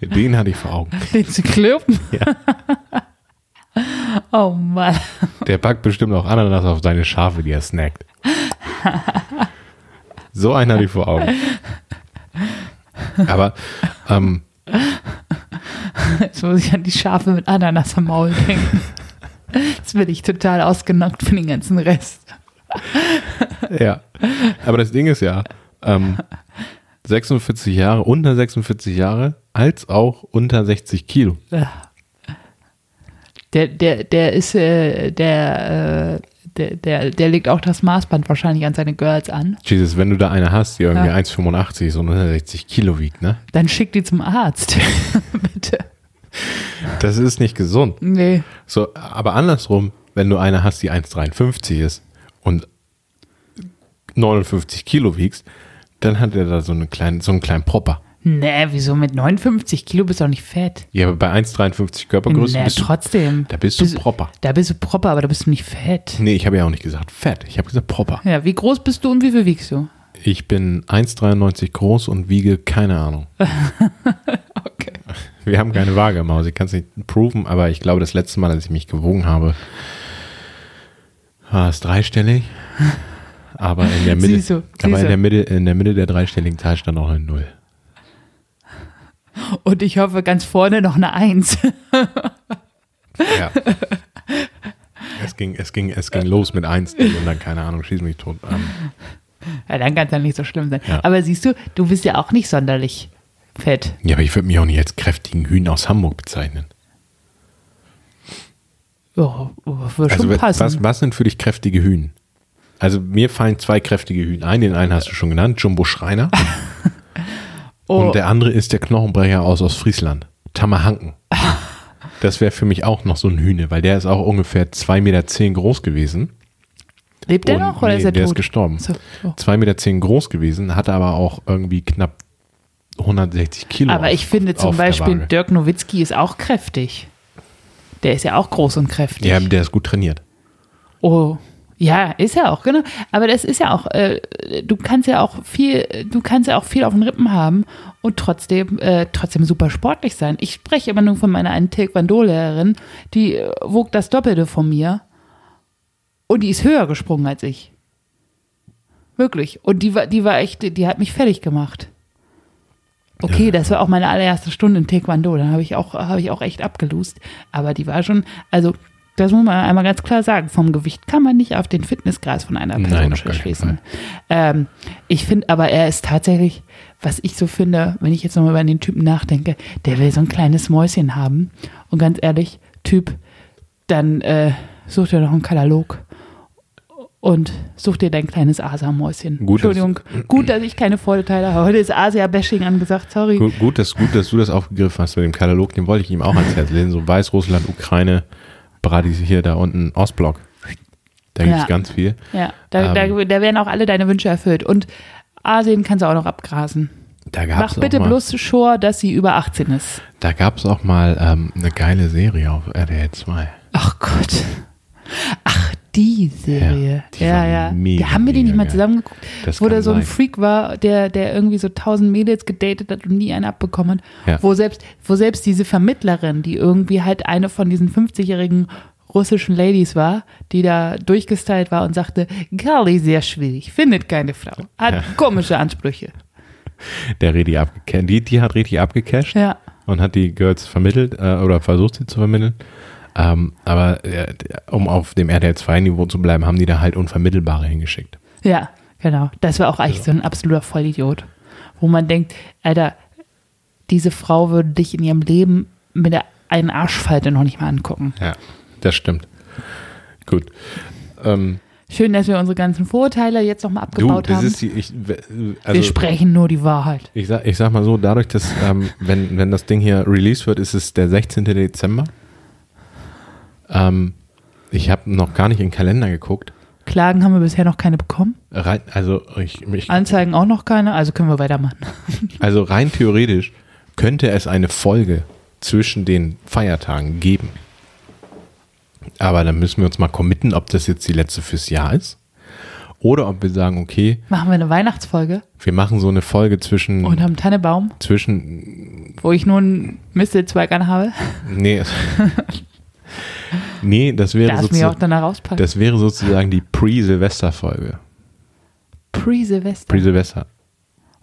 Speaker 3: Den hatte ich vor Augen.
Speaker 4: den Zyklopen.
Speaker 3: Ja.
Speaker 4: Oh Mann.
Speaker 3: Der packt bestimmt auch Ananas auf seine Schafe, die er snackt. So einen hatte ich vor Augen. Aber ähm,
Speaker 4: Jetzt muss ich an die Schafe mit Ananas am Maul denken. Jetzt bin ich total ausgenockt für den ganzen Rest.
Speaker 3: ja, aber das Ding ist ja, ähm, 46 Jahre, unter 46 Jahre, als auch unter 60 Kilo.
Speaker 4: Der, der, der ist, äh, der, äh, der, der, der legt auch das Maßband wahrscheinlich an seine Girls an.
Speaker 3: Jesus, wenn du da eine hast, die irgendwie
Speaker 4: Ja.
Speaker 3: 1,85 und 160 Kilo wiegt, ne?
Speaker 4: Dann schick die zum Arzt. Bitte.
Speaker 3: Das ist nicht gesund.
Speaker 4: Nee.
Speaker 3: So, aber andersrum, wenn du eine hast, die 1,53 ist und 59 Kilo wiegst, dann hat er da so, eine kleine, so einen kleinen Propper.
Speaker 4: Nee, wieso mit 59 Kilo bist du auch nicht fett?
Speaker 3: Ja, aber bei 1,53 Körpergröße
Speaker 4: nee,
Speaker 3: bist du,
Speaker 4: trotzdem.
Speaker 3: da bist du Hm. proper.
Speaker 4: Da bist du proper, aber da bist du nicht fett.
Speaker 3: Nee, ich habe ja auch nicht gesagt fett, ich habe gesagt proper.
Speaker 4: Ja, wie groß bist du und wie viel wiegst du?
Speaker 3: Ich bin 1,93 groß und wiege keine Ahnung.
Speaker 4: Okay.
Speaker 3: Wir haben keine Waage im Haus, ich kann es nicht proven, aber ich glaube, das letzte Mal, als ich mich gewogen habe, war es dreistellig. Aber in der Mitte,
Speaker 4: Siehst du,
Speaker 3: aber
Speaker 4: siehst
Speaker 3: in
Speaker 4: du.
Speaker 3: der Mitte, in der Mitte der dreistelligen Zahl stand auch eine Null.
Speaker 4: Und ich hoffe ganz vorne noch eine Eins.
Speaker 3: Ja. es, ging, es, ging, es ging los mit 1 und dann, keine Ahnung, schieß mich tot Ähm, an.
Speaker 4: Ja, dann kann es ja nicht so schlimm sein.
Speaker 3: Ja.
Speaker 4: Aber siehst du, du bist ja auch nicht sonderlich fett.
Speaker 3: Ja, aber ich würde mich auch nicht als kräftigen Hühn aus Hamburg bezeichnen.
Speaker 4: Oh, oh, würde
Speaker 3: Also,
Speaker 4: schon
Speaker 3: wa-
Speaker 4: passen.
Speaker 3: was, was sind für dich kräftige Hühn? Also, mir fallen zwei kräftige Hühn ein. Den einen hast du schon genannt, Jumbo Schreiner.
Speaker 4: oh,
Speaker 3: Und der andere ist der Knochenbrecher aus Ostfriesland, Tamahanken. Das wäre für mich auch noch so ein Hühne, weil der ist auch ungefähr 2,10 Meter groß gewesen.
Speaker 4: lebt der
Speaker 3: Und-
Speaker 4: noch oder
Speaker 3: nee,
Speaker 4: ist er
Speaker 3: der
Speaker 4: tot?
Speaker 3: ist gestorben.
Speaker 4: So, oh.
Speaker 3: 2,10 Meter groß gewesen, hatte aber auch irgendwie knapp 160 Kilo.
Speaker 4: Aber
Speaker 3: auf-
Speaker 4: ich finde
Speaker 3: auf
Speaker 4: zum
Speaker 3: der
Speaker 4: Beispiel,
Speaker 3: Waage.
Speaker 4: Dirk Nowitzki ist auch kräftig. Der ist ja auch groß und kräftig.
Speaker 3: Ja, der ist gut trainiert.
Speaker 4: Oh, ja, ist ja auch, genau. Aber das ist ja auch, äh, du kannst ja auch viel, du kannst ja auch viel auf den Rippen haben und trotzdem, äh, trotzdem super sportlich sein. Ich spreche immer nur von meiner einen Taekwondo-Lehrerin, die äh, wog das Doppelte von mir und die ist höher gesprungen als ich. Wirklich. Und die war, die war echt, die- die hat mich fertig gemacht. Okay, das war auch meine allererste Stunde in Taekwondo. Dann habe ich auch, habe ich auch echt abgelust. Aber die war schon, also das muss man einmal ganz klar sagen. Vom Gewicht kann man nicht auf den Fitnessgrad von einer
Speaker 3: Nein,
Speaker 4: Person
Speaker 3: auf gar keinen
Speaker 4: schließen. Ähm, ich finde, aber er ist tatsächlich, was ich so finde, wenn ich jetzt nochmal über den Typen nachdenke, der will so ein kleines Mäuschen haben. Und ganz ehrlich, Typ, dann äh, such dir noch einen Katalog und such dir dein kleines Asa-Mäuschen.
Speaker 3: Gut, dass-
Speaker 4: Entschuldigung, gut, dass ich keine Vorteile habe. Heute ist Asia-Bashing angesagt, sorry.
Speaker 3: Gut, gut, dass, gut, dass du das aufgegriffen hast mit dem Katalog, den wollte ich ihm auch ans Herz legen. So Weißrussland, Ukraine, Bradis hier da unten, Ostblock. Da gibt es
Speaker 4: Ja.
Speaker 3: ganz viel.
Speaker 4: Ja, da,
Speaker 3: Ähm.
Speaker 4: da, da werden auch alle deine Wünsche erfüllt. Und Asien kannst du auch noch abgrasen.
Speaker 3: Da gab's
Speaker 4: Mach bitte
Speaker 3: auch mal,
Speaker 4: bloß sure, dass sie über 18 ist.
Speaker 3: Da gab es auch mal ähm, eine geile Serie auf RTL 2.
Speaker 4: Ach Gott. Ach, die Serie.
Speaker 3: Ja, die
Speaker 4: Ja,
Speaker 3: war
Speaker 4: ja.
Speaker 3: mega,
Speaker 4: ja haben wir die nicht
Speaker 3: mega
Speaker 4: mal
Speaker 3: geil.
Speaker 4: zusammengeguckt?
Speaker 3: Das
Speaker 4: wo
Speaker 3: kann
Speaker 4: da so ein
Speaker 3: sein.
Speaker 4: Freak war, der, der irgendwie so tausend Mädels gedatet hat und nie einen abbekommen hat.
Speaker 3: Ja.
Speaker 4: Wo, selbst, wo selbst diese Vermittlerin, die irgendwie halt eine von diesen 50-jährigen russischen Ladies war, die da durchgestylt war und sagte, Girlie, sehr schwierig, findet keine Frau, hat
Speaker 3: Ja.
Speaker 4: komische Ansprüche.
Speaker 3: Der richtig abgecasht. Die, die hat richtig abgecasht
Speaker 4: Ja.
Speaker 3: und hat die Girls vermittelt äh, oder versucht sie zu vermitteln. Ähm, aber äh, um auf dem RTL 2-Niveau zu bleiben, haben die da halt Unvermittelbare hingeschickt.
Speaker 4: Ja, genau. Das war auch eigentlich so ein absoluter Vollidiot, wo man denkt, Alter, diese Frau würde dich in ihrem Leben mit der einen Arschfalte noch nicht mal angucken.
Speaker 3: Ja, das stimmt. Gut. Ähm,
Speaker 4: Schön, dass wir unsere ganzen Vorurteile jetzt nochmal
Speaker 3: du,
Speaker 4: abgebaut
Speaker 3: das
Speaker 4: haben.
Speaker 3: ist die. Ich, w- also,
Speaker 4: wir sprechen nur die Wahrheit.
Speaker 3: Ich sag, ich sag mal so, dadurch, dass, ähm, wenn, wenn das Ding hier released wird, ist es der 16. Dezember. Ähm, ich habe noch gar nicht in den Kalender geguckt.
Speaker 4: Klagen haben wir bisher noch keine bekommen.
Speaker 3: Rein, also, ich, ich,
Speaker 4: Anzeigen auch noch keine, also können wir weitermachen.
Speaker 3: also rein theoretisch könnte es eine Folge zwischen den Feiertagen geben. Aber dann müssen wir uns mal committen, ob das jetzt die letzte fürs Jahr ist. Oder ob wir sagen, okay,
Speaker 4: Machen wir eine Weihnachtsfolge
Speaker 3: wir machen so eine Folge zwischen,
Speaker 4: und haben Tannebaum,
Speaker 3: zwischen
Speaker 4: wo ich nur einen Mistelzweig anhabe.
Speaker 3: Nee. nee, das wäre,
Speaker 4: Darf mir auch
Speaker 3: sozusagen,
Speaker 4: dann da rauspacken.
Speaker 3: das wäre sozusagen die Pre-Silvester-Folge.
Speaker 4: Pre-Silvester.
Speaker 3: Pre-Silvester.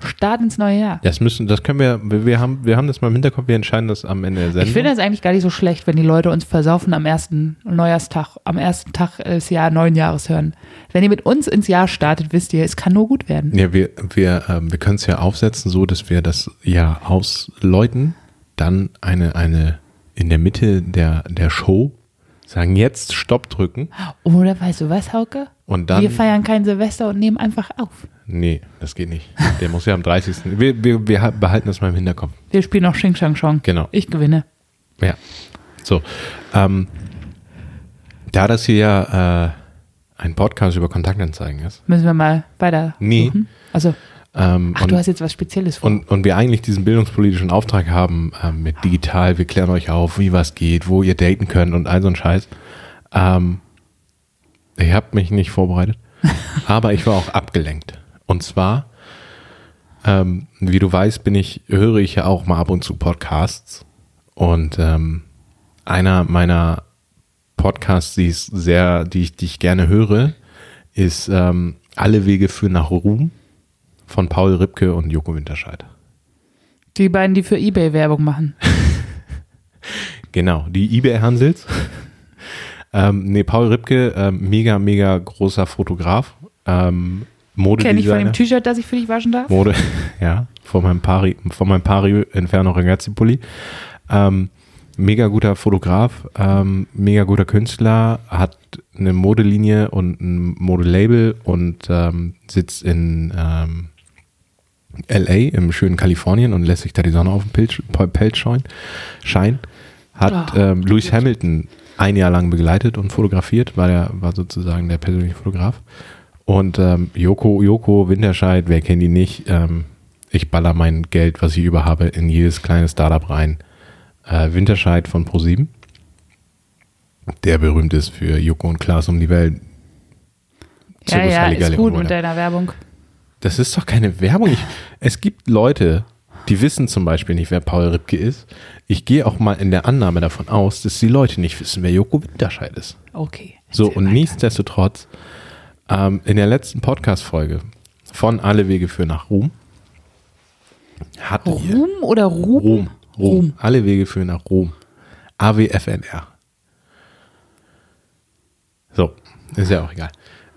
Speaker 4: Start ins neue Jahr.
Speaker 3: Das müssen, das können wir, wir- wir haben, wir haben das mal im Hinterkopf, wir entscheiden das am Ende der Sendung.
Speaker 4: Ich finde das eigentlich gar nicht so schlecht, wenn die Leute uns versaufen am ersten Neujahrstag, am ersten Tag des Jahr, neuen Jahres hören. Wenn ihr mit uns ins Jahr startet, wisst ihr, es kann nur gut werden.
Speaker 3: ja, wir, wir, ähm, wir können es ja aufsetzen, so dass wir das ja ausläuten, dann eine, eine in der Mitte der, der Show sagen, jetzt Stopp drücken
Speaker 4: Oder weißt du was, Hauke?
Speaker 3: und dann.
Speaker 4: wir feiern kein Silvester und nehmen einfach auf.
Speaker 3: nee, das geht nicht. Der muss ja am 30. Wir, wir, wir ha- behalten das mal im Hinterkopf.
Speaker 4: Wir spielen noch Xing Shang Chong.
Speaker 3: Genau.
Speaker 4: Ich gewinne.
Speaker 3: Ja. So. Ähm, da das hier ja äh, ein Podcast über Kontaktanzeigen ist,
Speaker 4: Müssen wir mal weiter.
Speaker 3: Nee.
Speaker 4: suchen? Also,
Speaker 3: ähm,
Speaker 4: ach,
Speaker 3: und,
Speaker 4: du hast jetzt was Spezielles vor.
Speaker 3: und, und wir eigentlich diesen bildungspolitischen Auftrag haben ähm, mit digital, wir klären euch auf, wie was geht, wo ihr daten könnt und all so ein Scheiß. Ähm, ich habe mich nicht vorbereitet, aber ich war auch abgelenkt. Und zwar, ähm, wie du weißt, bin ich, höre ich ja auch mal ab und zu Podcasts. Und ähm, einer meiner Podcasts, die ich sehr, die ich, die ich gerne höre, ist ähm, Alle Wege führen nach Ruhm von Paul Ripke und Joko Winterscheid.
Speaker 4: die beiden, die für Ebay Werbung machen.
Speaker 3: Genau, die eBay Hansels. ähm, nee, Paul Ripke, ähm, mega, mega großer Fotograf. Ähm,
Speaker 4: Kenne ich von
Speaker 3: Modedesigner.
Speaker 4: dem T-Shirt, das ich für dich waschen darf?
Speaker 3: Mode, ja, von meinem Pari, von meinem Pari Inferno Ragazzi Pulli. Ähm, mega guter Fotograf, ähm, mega guter Künstler, hat eine Modelinie und ein Modelabel und ähm, sitzt in ähm, LA im schönen Kalifornien und lässt sich da die Sonne auf dem Pilz, Pelz scheuen, scheinen. Hat
Speaker 4: Ah,
Speaker 3: ähm, Lewis Hamilton ein Jahr lang begleitet und fotografiert, war, der, war sozusagen der persönliche Fotograf. Und ähm, Joko, Joko Winterscheid, wer kennt ihn nicht? Ähm, ich baller mein Geld, was ich über habe, in jedes kleine Startup rein. Äh, Winterscheid von ProSieben, der berühmt ist für Joko und Klaas um die Welt.
Speaker 4: Ja,
Speaker 3: Zirkus
Speaker 4: ja, ist
Speaker 3: Halligalli
Speaker 4: gut
Speaker 3: und
Speaker 4: mit
Speaker 3: weiter.
Speaker 4: deiner Werbung.
Speaker 3: Das ist doch keine Werbung. Ich, es gibt Leute, die wissen zum Beispiel nicht, wer Paul Ripke ist. Ich gehe auch mal in der Annahme davon aus, dass die Leute nicht wissen, wer Joko Winterscheid ist.
Speaker 4: Okay.
Speaker 3: So,
Speaker 4: erzähl
Speaker 3: und
Speaker 4: weiter.
Speaker 3: nichtsdestotrotz, ähm, in der letzten Podcast-Folge von Alle Wege für nach Ruhm hatte ihr
Speaker 4: Ruhm oder Ruhm?
Speaker 3: Ruhm, Ruhm, alle Wege führen nach Ruhm. AWFNR. So, ist ja auch egal.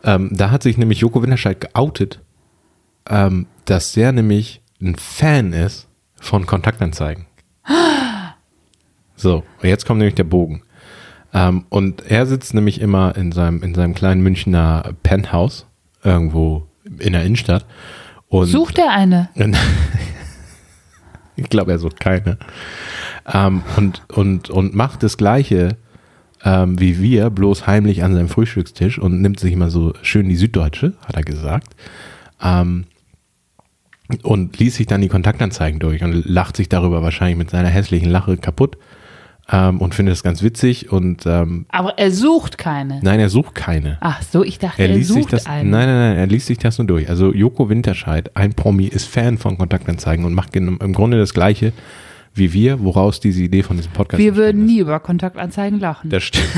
Speaker 3: Ähm, da hat sich nämlich Joko Winterscheid geoutet, ähm, dass der nämlich ein Fan ist von Kontaktanzeigen. So, und jetzt kommt nämlich der Bogen. Ähm, und er sitzt nämlich immer in seinem, in seinem kleinen Münchner Penthouse, irgendwo in der Innenstadt. Und
Speaker 4: Sucht er eine?
Speaker 3: und- ich glaube, er sucht keine. Ähm, und, und, und macht das Gleiche ähm, wie wir, bloß heimlich an seinem Frühstückstisch und nimmt sich immer so schön die Süddeutsche, hat er gesagt. Ähm, und liest sich dann die Kontaktanzeigen durch und lacht sich darüber wahrscheinlich mit seiner hässlichen Lache kaputt ähm, und findet das ganz witzig. Und ähm,
Speaker 4: Aber er sucht keine.
Speaker 3: nein, er sucht keine.
Speaker 4: Ach so, ich dachte,
Speaker 3: Ne. Er
Speaker 4: er,
Speaker 3: liest
Speaker 4: sucht
Speaker 3: sich das.
Speaker 4: einen.
Speaker 3: Nein, nein, nein, er liest sich das nur durch. Also Joko Winterscheid, ein Promi, ist Fan von Kontaktanzeigen und macht gen- im Grunde das Gleiche wie wir, woraus diese Idee von diesem Podcast
Speaker 4: Wir
Speaker 3: entstanden
Speaker 4: würden
Speaker 3: ist.
Speaker 4: nie über Kontaktanzeigen lachen.
Speaker 3: Das stimmt.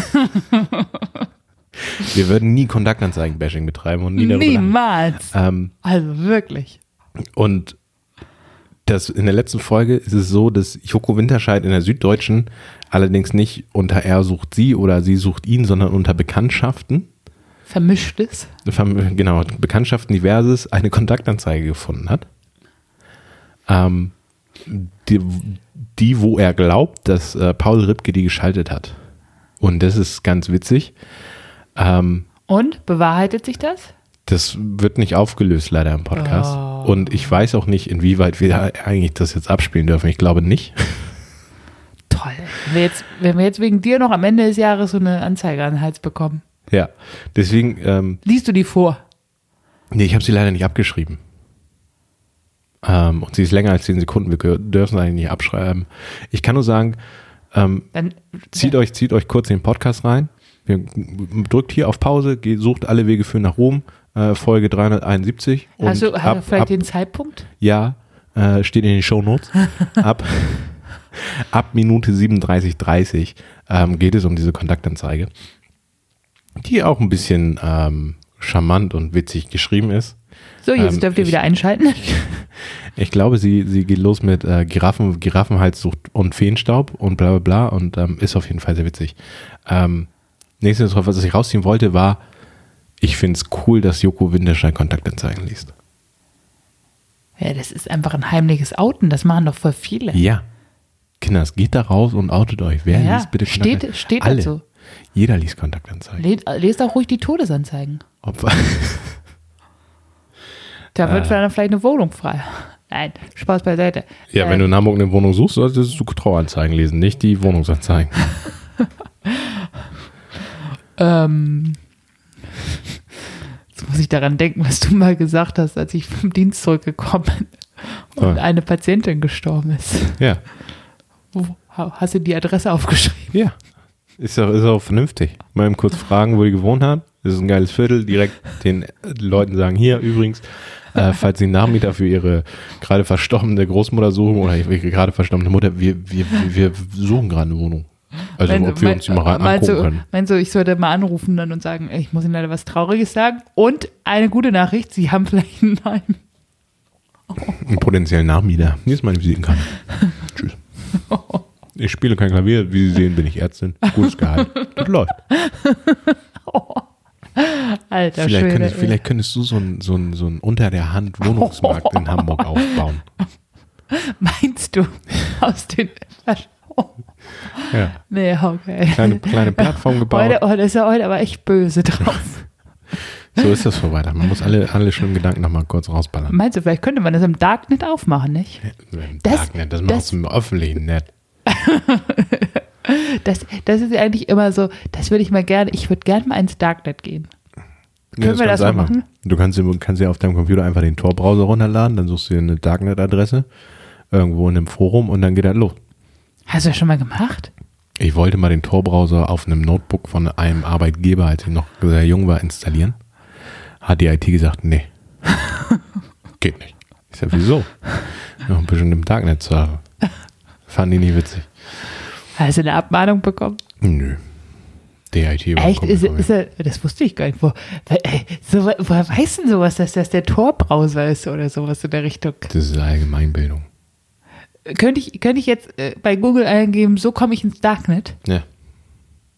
Speaker 3: wir würden nie Kontaktanzeigen-Bashing betreiben und nie darüber lachen.
Speaker 4: Niemals.
Speaker 3: Ähm,
Speaker 4: Also wirklich.
Speaker 3: und das in der letzten Folge ist es so, dass Joko Winterscheid in der Süddeutschen allerdings nicht unter er sucht sie oder sie sucht ihn, sondern unter Bekanntschaften
Speaker 4: Vermischtes.
Speaker 3: Verm- genau, Bekanntschaften diverses, eine Kontaktanzeige gefunden hat. Ähm, die, die, wo er glaubt, dass äh, Paul Ripke die geschaltet hat. Und das ist ganz witzig. Ähm,
Speaker 4: Und bewahrheitet sich das?
Speaker 3: das wird nicht aufgelöst, leider im Podcast. Und ich weiß auch nicht, inwieweit wir eigentlich das jetzt abspielen dürfen. Ich glaube nicht.
Speaker 4: Toll. Wenn wir jetzt, wenn wir jetzt wegen dir noch am Ende des Jahres so eine Anzeige an den Hals bekommen,
Speaker 3: ja, deswegen, ähm,
Speaker 4: liest du die vor?
Speaker 3: nee, ich habe sie leider nicht abgeschrieben. Ähm, und sie ist länger als 10 Sekunden. Wir gehö- dürfen sie eigentlich nicht abschreiben. Ich kann nur sagen,
Speaker 4: Dann
Speaker 3: zieht euch, zieht euch kurz den Podcast rein. Wir, drückt hier auf Pause, geht, sucht alle Wege führen nach Rom, äh, Folge 371. Und
Speaker 4: hast du, hast du
Speaker 3: ab,
Speaker 4: vielleicht
Speaker 3: ab,
Speaker 4: den Zeitpunkt?
Speaker 3: ja, äh, steht in den Shownotes. ab, ab Minute 37,30 ähm, geht es um diese Kontaktanzeige, die auch ein bisschen ähm, charmant und witzig geschrieben ist.
Speaker 4: So, jetzt
Speaker 3: Ähm,
Speaker 4: dürft ihr
Speaker 3: ich-
Speaker 4: wieder einschalten.
Speaker 3: Ich glaube, sie, sie geht los mit äh, Giraffen, Giraffenhals sucht und Feenstaub und bla bla bla und ähm, ist auf jeden Fall sehr witzig. Ähm, nächstes, was ich rausziehen wollte, war, ich finde es cool, dass Joko Winterscheid Kontaktanzeigen liest.
Speaker 4: Ja, das ist einfach ein heimliches Outen. Das machen doch voll viele.
Speaker 3: Ja. Kinders, geht da raus und outet euch. Wer
Speaker 4: Ja,
Speaker 3: liest bitte
Speaker 4: steht-
Speaker 3: Kontaktanzeigen?
Speaker 4: steht
Speaker 3: Alle.
Speaker 4: dazu.
Speaker 3: Jeder liest Kontaktanzeigen.
Speaker 4: Le- äh, Lest auch ruhig die Todesanzeigen.
Speaker 3: Opfer.
Speaker 4: Da wird
Speaker 3: Ah.
Speaker 4: dann vielleicht eine Wohnung frei. Nein, Spaß beiseite.
Speaker 3: Ja,
Speaker 4: Äh,
Speaker 3: wenn du in Hamburg eine Wohnung suchst, solltest du Trauanzeigen lesen, nicht die Wohnungsanzeigen.
Speaker 4: Ähm, jetzt muss ich daran denken, was du mal gesagt hast, als ich vom Dienst zurückgekommen bin und
Speaker 3: Ah.
Speaker 4: eine Patientin gestorben ist.
Speaker 3: Ja.
Speaker 4: Wo- ha- Hast du die Adresse aufgeschrieben?
Speaker 3: Ja. Ist auch, ist auch vernünftig. Mal eben kurz fragen, wo die gewohnt haben. Das ist ein geiles Viertel. Direkt den Leuten sagen, hier übrigens, äh, falls sie einen Nachmieter für ihre gerade verstorbene Großmutter suchen oder ihre gerade verstorbene Mutter, wir, wir, wir suchen gerade eine Wohnung. Also ob wir
Speaker 4: mein-
Speaker 3: uns die mal rein
Speaker 4: meinst,
Speaker 3: angucken
Speaker 4: du,
Speaker 3: können.
Speaker 4: meinst du, ich sollte mal anrufen dann und sagen, ich muss Ihnen leider was Trauriges sagen? Und eine gute Nachricht, Sie haben vielleicht einen neuen.
Speaker 3: Einen potenziellen Nachmieter. Hier ist meine Visitenkarte. Tschüss. Ich spiele kein Klavier. Wie Sie sehen, bin ich Ärztin. Gutes Gehalt. Das läuft.
Speaker 4: Alter
Speaker 3: Vielleicht
Speaker 4: Schwede.
Speaker 3: könntest,
Speaker 4: ey.
Speaker 3: vielleicht könntest du so einen so ein, so ein unter der Hand Wohnungsmarkt in Hamburg aufbauen.
Speaker 4: Meinst du, aus den... Oh,
Speaker 3: Ja.
Speaker 4: nee, okay.
Speaker 3: Kleine, kleine Plattform gebaut.
Speaker 4: Heute, heute oh, ist ja heute aber echt böse drauf.
Speaker 3: So ist das für weiter. Man muss alle, alle schlimmen Gedanken nochmal kurz rausballern.
Speaker 4: Meinst du, vielleicht könnte man das im Darknet aufmachen, nicht?
Speaker 3: Im
Speaker 4: Das-
Speaker 3: Darknet, ne? das,
Speaker 4: das-
Speaker 3: machst du im öffentlichen Netz.
Speaker 4: Das, das ist ja eigentlich immer so, das würde ich mal gerne, ich würde gerne mal ins Darknet gehen.
Speaker 3: Nee,
Speaker 4: wir
Speaker 3: ganz
Speaker 4: das mal
Speaker 3: einfach.
Speaker 4: machen?
Speaker 3: Du kannst, dir- kannst ja auf deinem Computer einfach den Tor-Browser runterladen, dann suchst du dir eine Darknet-Adresse irgendwo in einem Forum und dann geht das los.
Speaker 4: Hast du das schon mal gemacht?
Speaker 3: Ich wollte mal den Tor-Browser auf einem Notebook von einem Arbeitgeber, als ich noch sehr jung war, installieren. Hat die IT gesagt, nee. Geht nicht. Ich sag, wieso? Noch ein bisschen im Darknet-Server. Fanden die nicht witzig.
Speaker 4: Hast du eine Abmahnung bekommen?
Speaker 3: Nö. Die IT
Speaker 4: Echt?
Speaker 3: überkommt
Speaker 4: Ist,
Speaker 3: mich.
Speaker 4: ist er, das wusste ich gar nicht. Wo, weil, ey, so, woher weiß denn sowas, dass das der Tor-Browser ist oder sowas in der Richtung?
Speaker 3: Das ist Allgemeinbildung.
Speaker 4: Könnte ich, könnte ich jetzt äh, bei Google eingeben, so komme ich ins Darknet?
Speaker 3: Ja.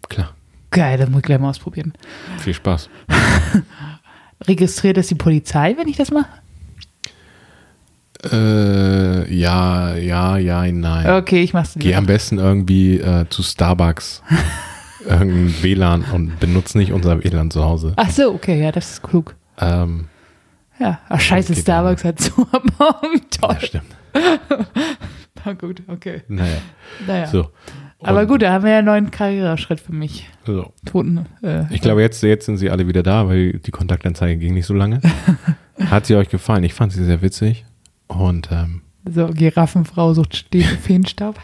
Speaker 3: Klar.
Speaker 4: Geil, das muss ich gleich mal ausprobieren.
Speaker 3: Viel Spaß.
Speaker 4: Registriert das die Polizei, wenn ich das mache?
Speaker 3: Äh, ja, ja, ja, nein.
Speaker 4: Okay, ich mach's
Speaker 3: Geh
Speaker 4: nicht.
Speaker 3: am besten irgendwie äh, zu Starbucks, irgendein WLAN und benutz nicht unser WLAN zu Hause.
Speaker 4: Ach so, okay, ja, das ist klug.
Speaker 3: Ähm,
Speaker 4: Ja, ach scheiße,
Speaker 3: geht
Speaker 4: Starbucks hat zu am Morgen. Toll.
Speaker 3: ja, stimmt.
Speaker 4: Na gut, okay.
Speaker 3: Naja.
Speaker 4: Naja.
Speaker 3: So.
Speaker 4: Aber
Speaker 3: Und-
Speaker 4: gut, da haben wir ja einen neuen Karriereschritt für mich.
Speaker 3: So.
Speaker 4: Toten. Äh,
Speaker 3: Ich glaube, jetzt, jetzt sind sie alle wieder da, weil die Kontaktanzeige ging nicht so lange. Hat sie euch gefallen? Ich fand sie sehr witzig. Und, ähm,
Speaker 4: so, Giraffenfrau sucht Ste- Feenstaub.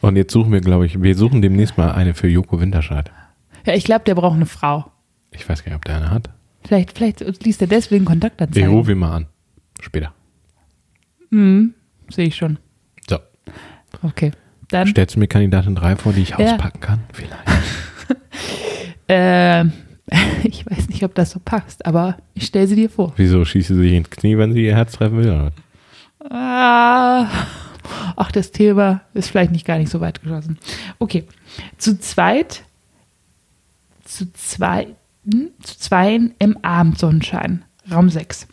Speaker 3: und jetzt suchen wir, glaube ich, wir suchen demnächst mal eine für Joko Winterscheid.
Speaker 4: Ja, ich glaube, der braucht eine Frau.
Speaker 3: Ich weiß gar nicht, ob der eine hat.
Speaker 4: Vielleicht, vielleicht liest er deswegen
Speaker 3: Ich
Speaker 4: Kontaktanzeigen.
Speaker 3: rufe ihn mal an. Später.
Speaker 4: Mhm, Sehe ich schon.
Speaker 3: So.
Speaker 4: Okay. Dann,
Speaker 3: Stellst du mir Kandidatin 3 vor, die ich
Speaker 4: Ähm. Ja.
Speaker 3: auspacken kann? Vielleicht.
Speaker 4: äh, ich weiß nicht, ob das so passt, aber ich stelle sie dir vor.
Speaker 3: Wieso schießt sie sich ins Knie, wenn sie ihr Herz treffen will? oder was?
Speaker 4: Ah, ach, das Thema ist vielleicht nicht gar nicht so weit geschossen. Okay, zu zweit, zu zweiten, zu zweien im Abendsonnenschein, Raum 6.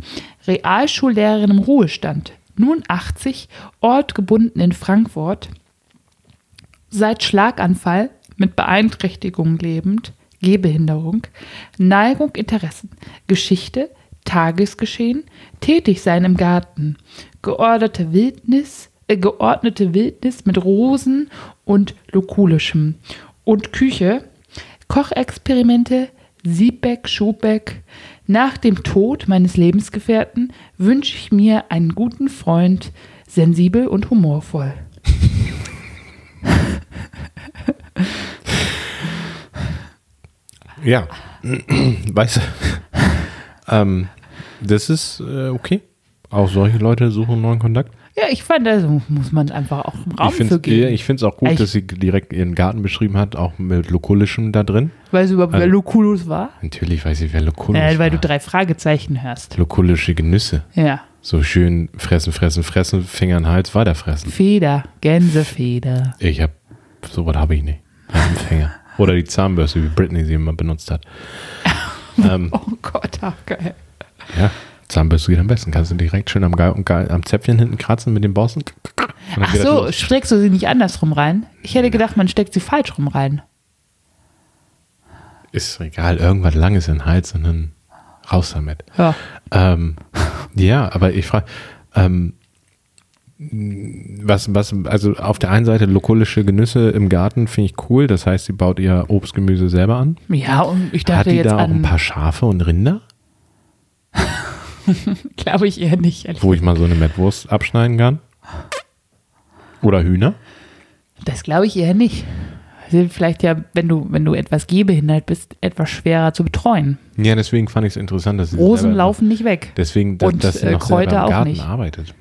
Speaker 4: Realschullehrerin im Ruhestand, nun 80, ortgebunden in Frankfurt, seit Schlaganfall mit Beeinträchtigung lebend, Gehbehinderung, Neigung, Interessen, Geschichte, Tagesgeschehen, Tätigsein im Garten, geordnete Wildnis, äh, geordnete Wildnis mit Rosen und Lokulischem und Küche, Kochexperimente, Siebeck, Schubeck. Nach dem Tod meines Lebensgefährten wünsche ich mir einen guten Freund, sensibel und humorvoll.
Speaker 3: Ja, weißt du, ähm, das ist äh, okay. Auch solche Leute suchen einen neuen Kontakt.
Speaker 4: Ja, ich fand, also muss man einfach auch einen Raum
Speaker 3: Ich eh-
Speaker 4: für geben.
Speaker 3: finde es auch gut,
Speaker 4: Echt?
Speaker 3: dass sie direkt ihren Garten beschrieben hat, auch mit Lokulischem da drin.
Speaker 4: weißt du überhaupt, wer
Speaker 3: Also-
Speaker 4: Lucullus war?
Speaker 3: Natürlich weiß ich, wer Lokulisch
Speaker 4: Äh,
Speaker 3: war.
Speaker 4: weil du drei Fragezeichen hörst.
Speaker 3: Lokulische Genüsse.
Speaker 4: Ja.
Speaker 3: So schön fressen, fressen, fressen, Finger in den Hals, weiterfressen.
Speaker 4: Feder, Gänsefeder.
Speaker 3: Ich hab, sowas habe ich nicht. Am Finger. Oder die Zahnbürste, wie Britney sie immer benutzt hat. ähm,
Speaker 4: Oh Gott, ach geil.
Speaker 3: ja, Zahnbürste geht am besten. Kannst du direkt schön am, Geil und Geil, am Zäpfchen hinten kratzen mit den Borsten. Und dann
Speaker 4: Ach
Speaker 3: geht das
Speaker 4: so,
Speaker 3: los.
Speaker 4: steckst du sie nicht andersrum rein? Ich hätte gedacht, man steckt sie falsch rum rein.
Speaker 3: Ist egal, irgendwas Langes in den Hals und dann raus damit.
Speaker 4: Ja.
Speaker 3: Ähm, ja, aber ich frage, ähm, was, was, also auf der einen Seite lokulische Genüsse im Garten finde ich cool. Das heißt, sie baut ihr Obst, Gemüse selber an.
Speaker 4: Ja, und ich
Speaker 3: Hat
Speaker 4: dachte
Speaker 3: die
Speaker 4: jetzt
Speaker 3: da auch ein
Speaker 4: an,
Speaker 3: paar Schafe und Rinder,
Speaker 4: glaube ich eher nicht. ehrlich
Speaker 3: wo ich mal so eine Mettwurst abschneiden kann? Oder Hühner?
Speaker 4: Das glaube ich eher nicht. Sind vielleicht ja, wenn du, wenn du etwas gehbehindert bist, etwas schwerer zu betreuen.
Speaker 3: Ja, deswegen fand ich es interessant, dass sie
Speaker 4: Rosen
Speaker 3: selber-
Speaker 4: laufen nicht weg.
Speaker 3: Deswegen, dass,
Speaker 4: Und,
Speaker 3: dass sie
Speaker 4: äh,
Speaker 3: noch selber
Speaker 4: Kräuter
Speaker 3: im
Speaker 4: auch
Speaker 3: Garten
Speaker 4: nicht.
Speaker 3: arbeitet.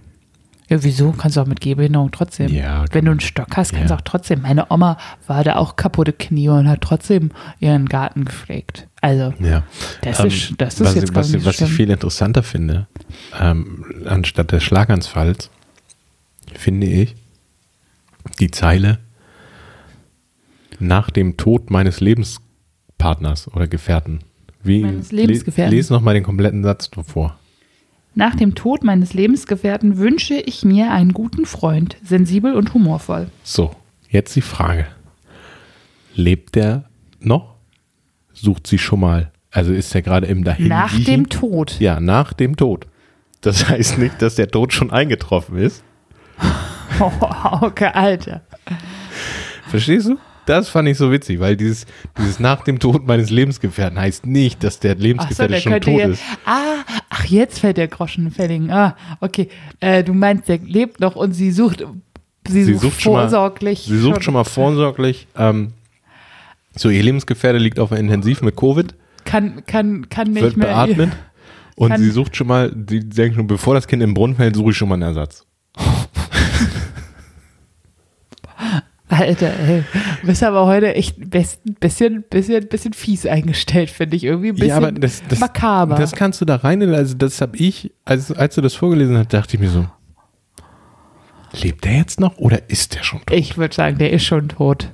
Speaker 4: Ja, wieso? Kannst du auch mit Gehbehinderung trotzdem.
Speaker 3: Ja, kann
Speaker 4: wenn du einen Stock hast, kannst du
Speaker 3: Ja.
Speaker 4: auch trotzdem. Meine Oma war da auch kaputte Knie und hat trotzdem ihren Garten gepflegt. Also,
Speaker 3: Ja.
Speaker 4: Das ist- das ist
Speaker 3: Ähm, was,
Speaker 4: jetzt, glaub
Speaker 3: was,
Speaker 4: ich, nicht
Speaker 3: was ich
Speaker 4: schlimm.
Speaker 3: viel interessanter finde, ähm, anstatt des Schlaganfalls, finde ich die Zeile nach dem Tod meines Lebenspartners oder Gefährten. Wie,
Speaker 4: Meines Lebensgefährten.
Speaker 3: Le, lese nochmal den kompletten Satz vor.
Speaker 4: nach dem Tod meines Lebensgefährten wünsche ich mir einen guten Freund, sensibel und humorvoll.
Speaker 3: So, jetzt die Frage. Lebt der noch? Sucht sie schon mal? Also ist er gerade im Dahin?
Speaker 4: Nach dem Tod.
Speaker 3: Ja, nach dem Tod. Das heißt nicht, dass der Tod schon eingetroffen ist.
Speaker 4: Oh, okay, Alter.
Speaker 3: Verstehst du? Das fand ich so witzig, weil dieses, dieses nach dem Tod meines Lebensgefährten heißt nicht, dass der
Speaker 4: Ach so,
Speaker 3: Lebensgefährte
Speaker 4: der
Speaker 3: schon
Speaker 4: könnte
Speaker 3: tot
Speaker 4: ja,
Speaker 3: ist.
Speaker 4: Ah, ach, jetzt fällt der Groschen fälligen. Ah, okay. Äh, du meinst, der lebt noch und sie sucht, sie,
Speaker 3: Sie
Speaker 4: sucht,
Speaker 3: sucht schon mal,
Speaker 4: vorsorglich.
Speaker 3: sie sucht schon mal vorsorglich. Ähm, so, ihr Lebensgefährte liegt auf der Intensiv mit Covid,
Speaker 4: Kann, kann, kann nicht
Speaker 3: wird
Speaker 4: mehr.
Speaker 3: beatmet. Und
Speaker 4: Kann-
Speaker 3: sie sucht schon mal, sie denkt schon, bevor das Kind im Brunnen fällt, suche ich schon mal einen Ersatz.
Speaker 4: Alter, ey. Du bist aber heute echt ein bisschen, bisschen, bisschen, bisschen fies eingestellt, finde ich. Irgendwie ein bisschen makaber.
Speaker 3: Das kannst du da rein, also das habe ich, als, als du das vorgelesen hast, dachte ich mir so, lebt der jetzt noch oder ist der schon tot?
Speaker 4: ich würde sagen, der ist schon tot.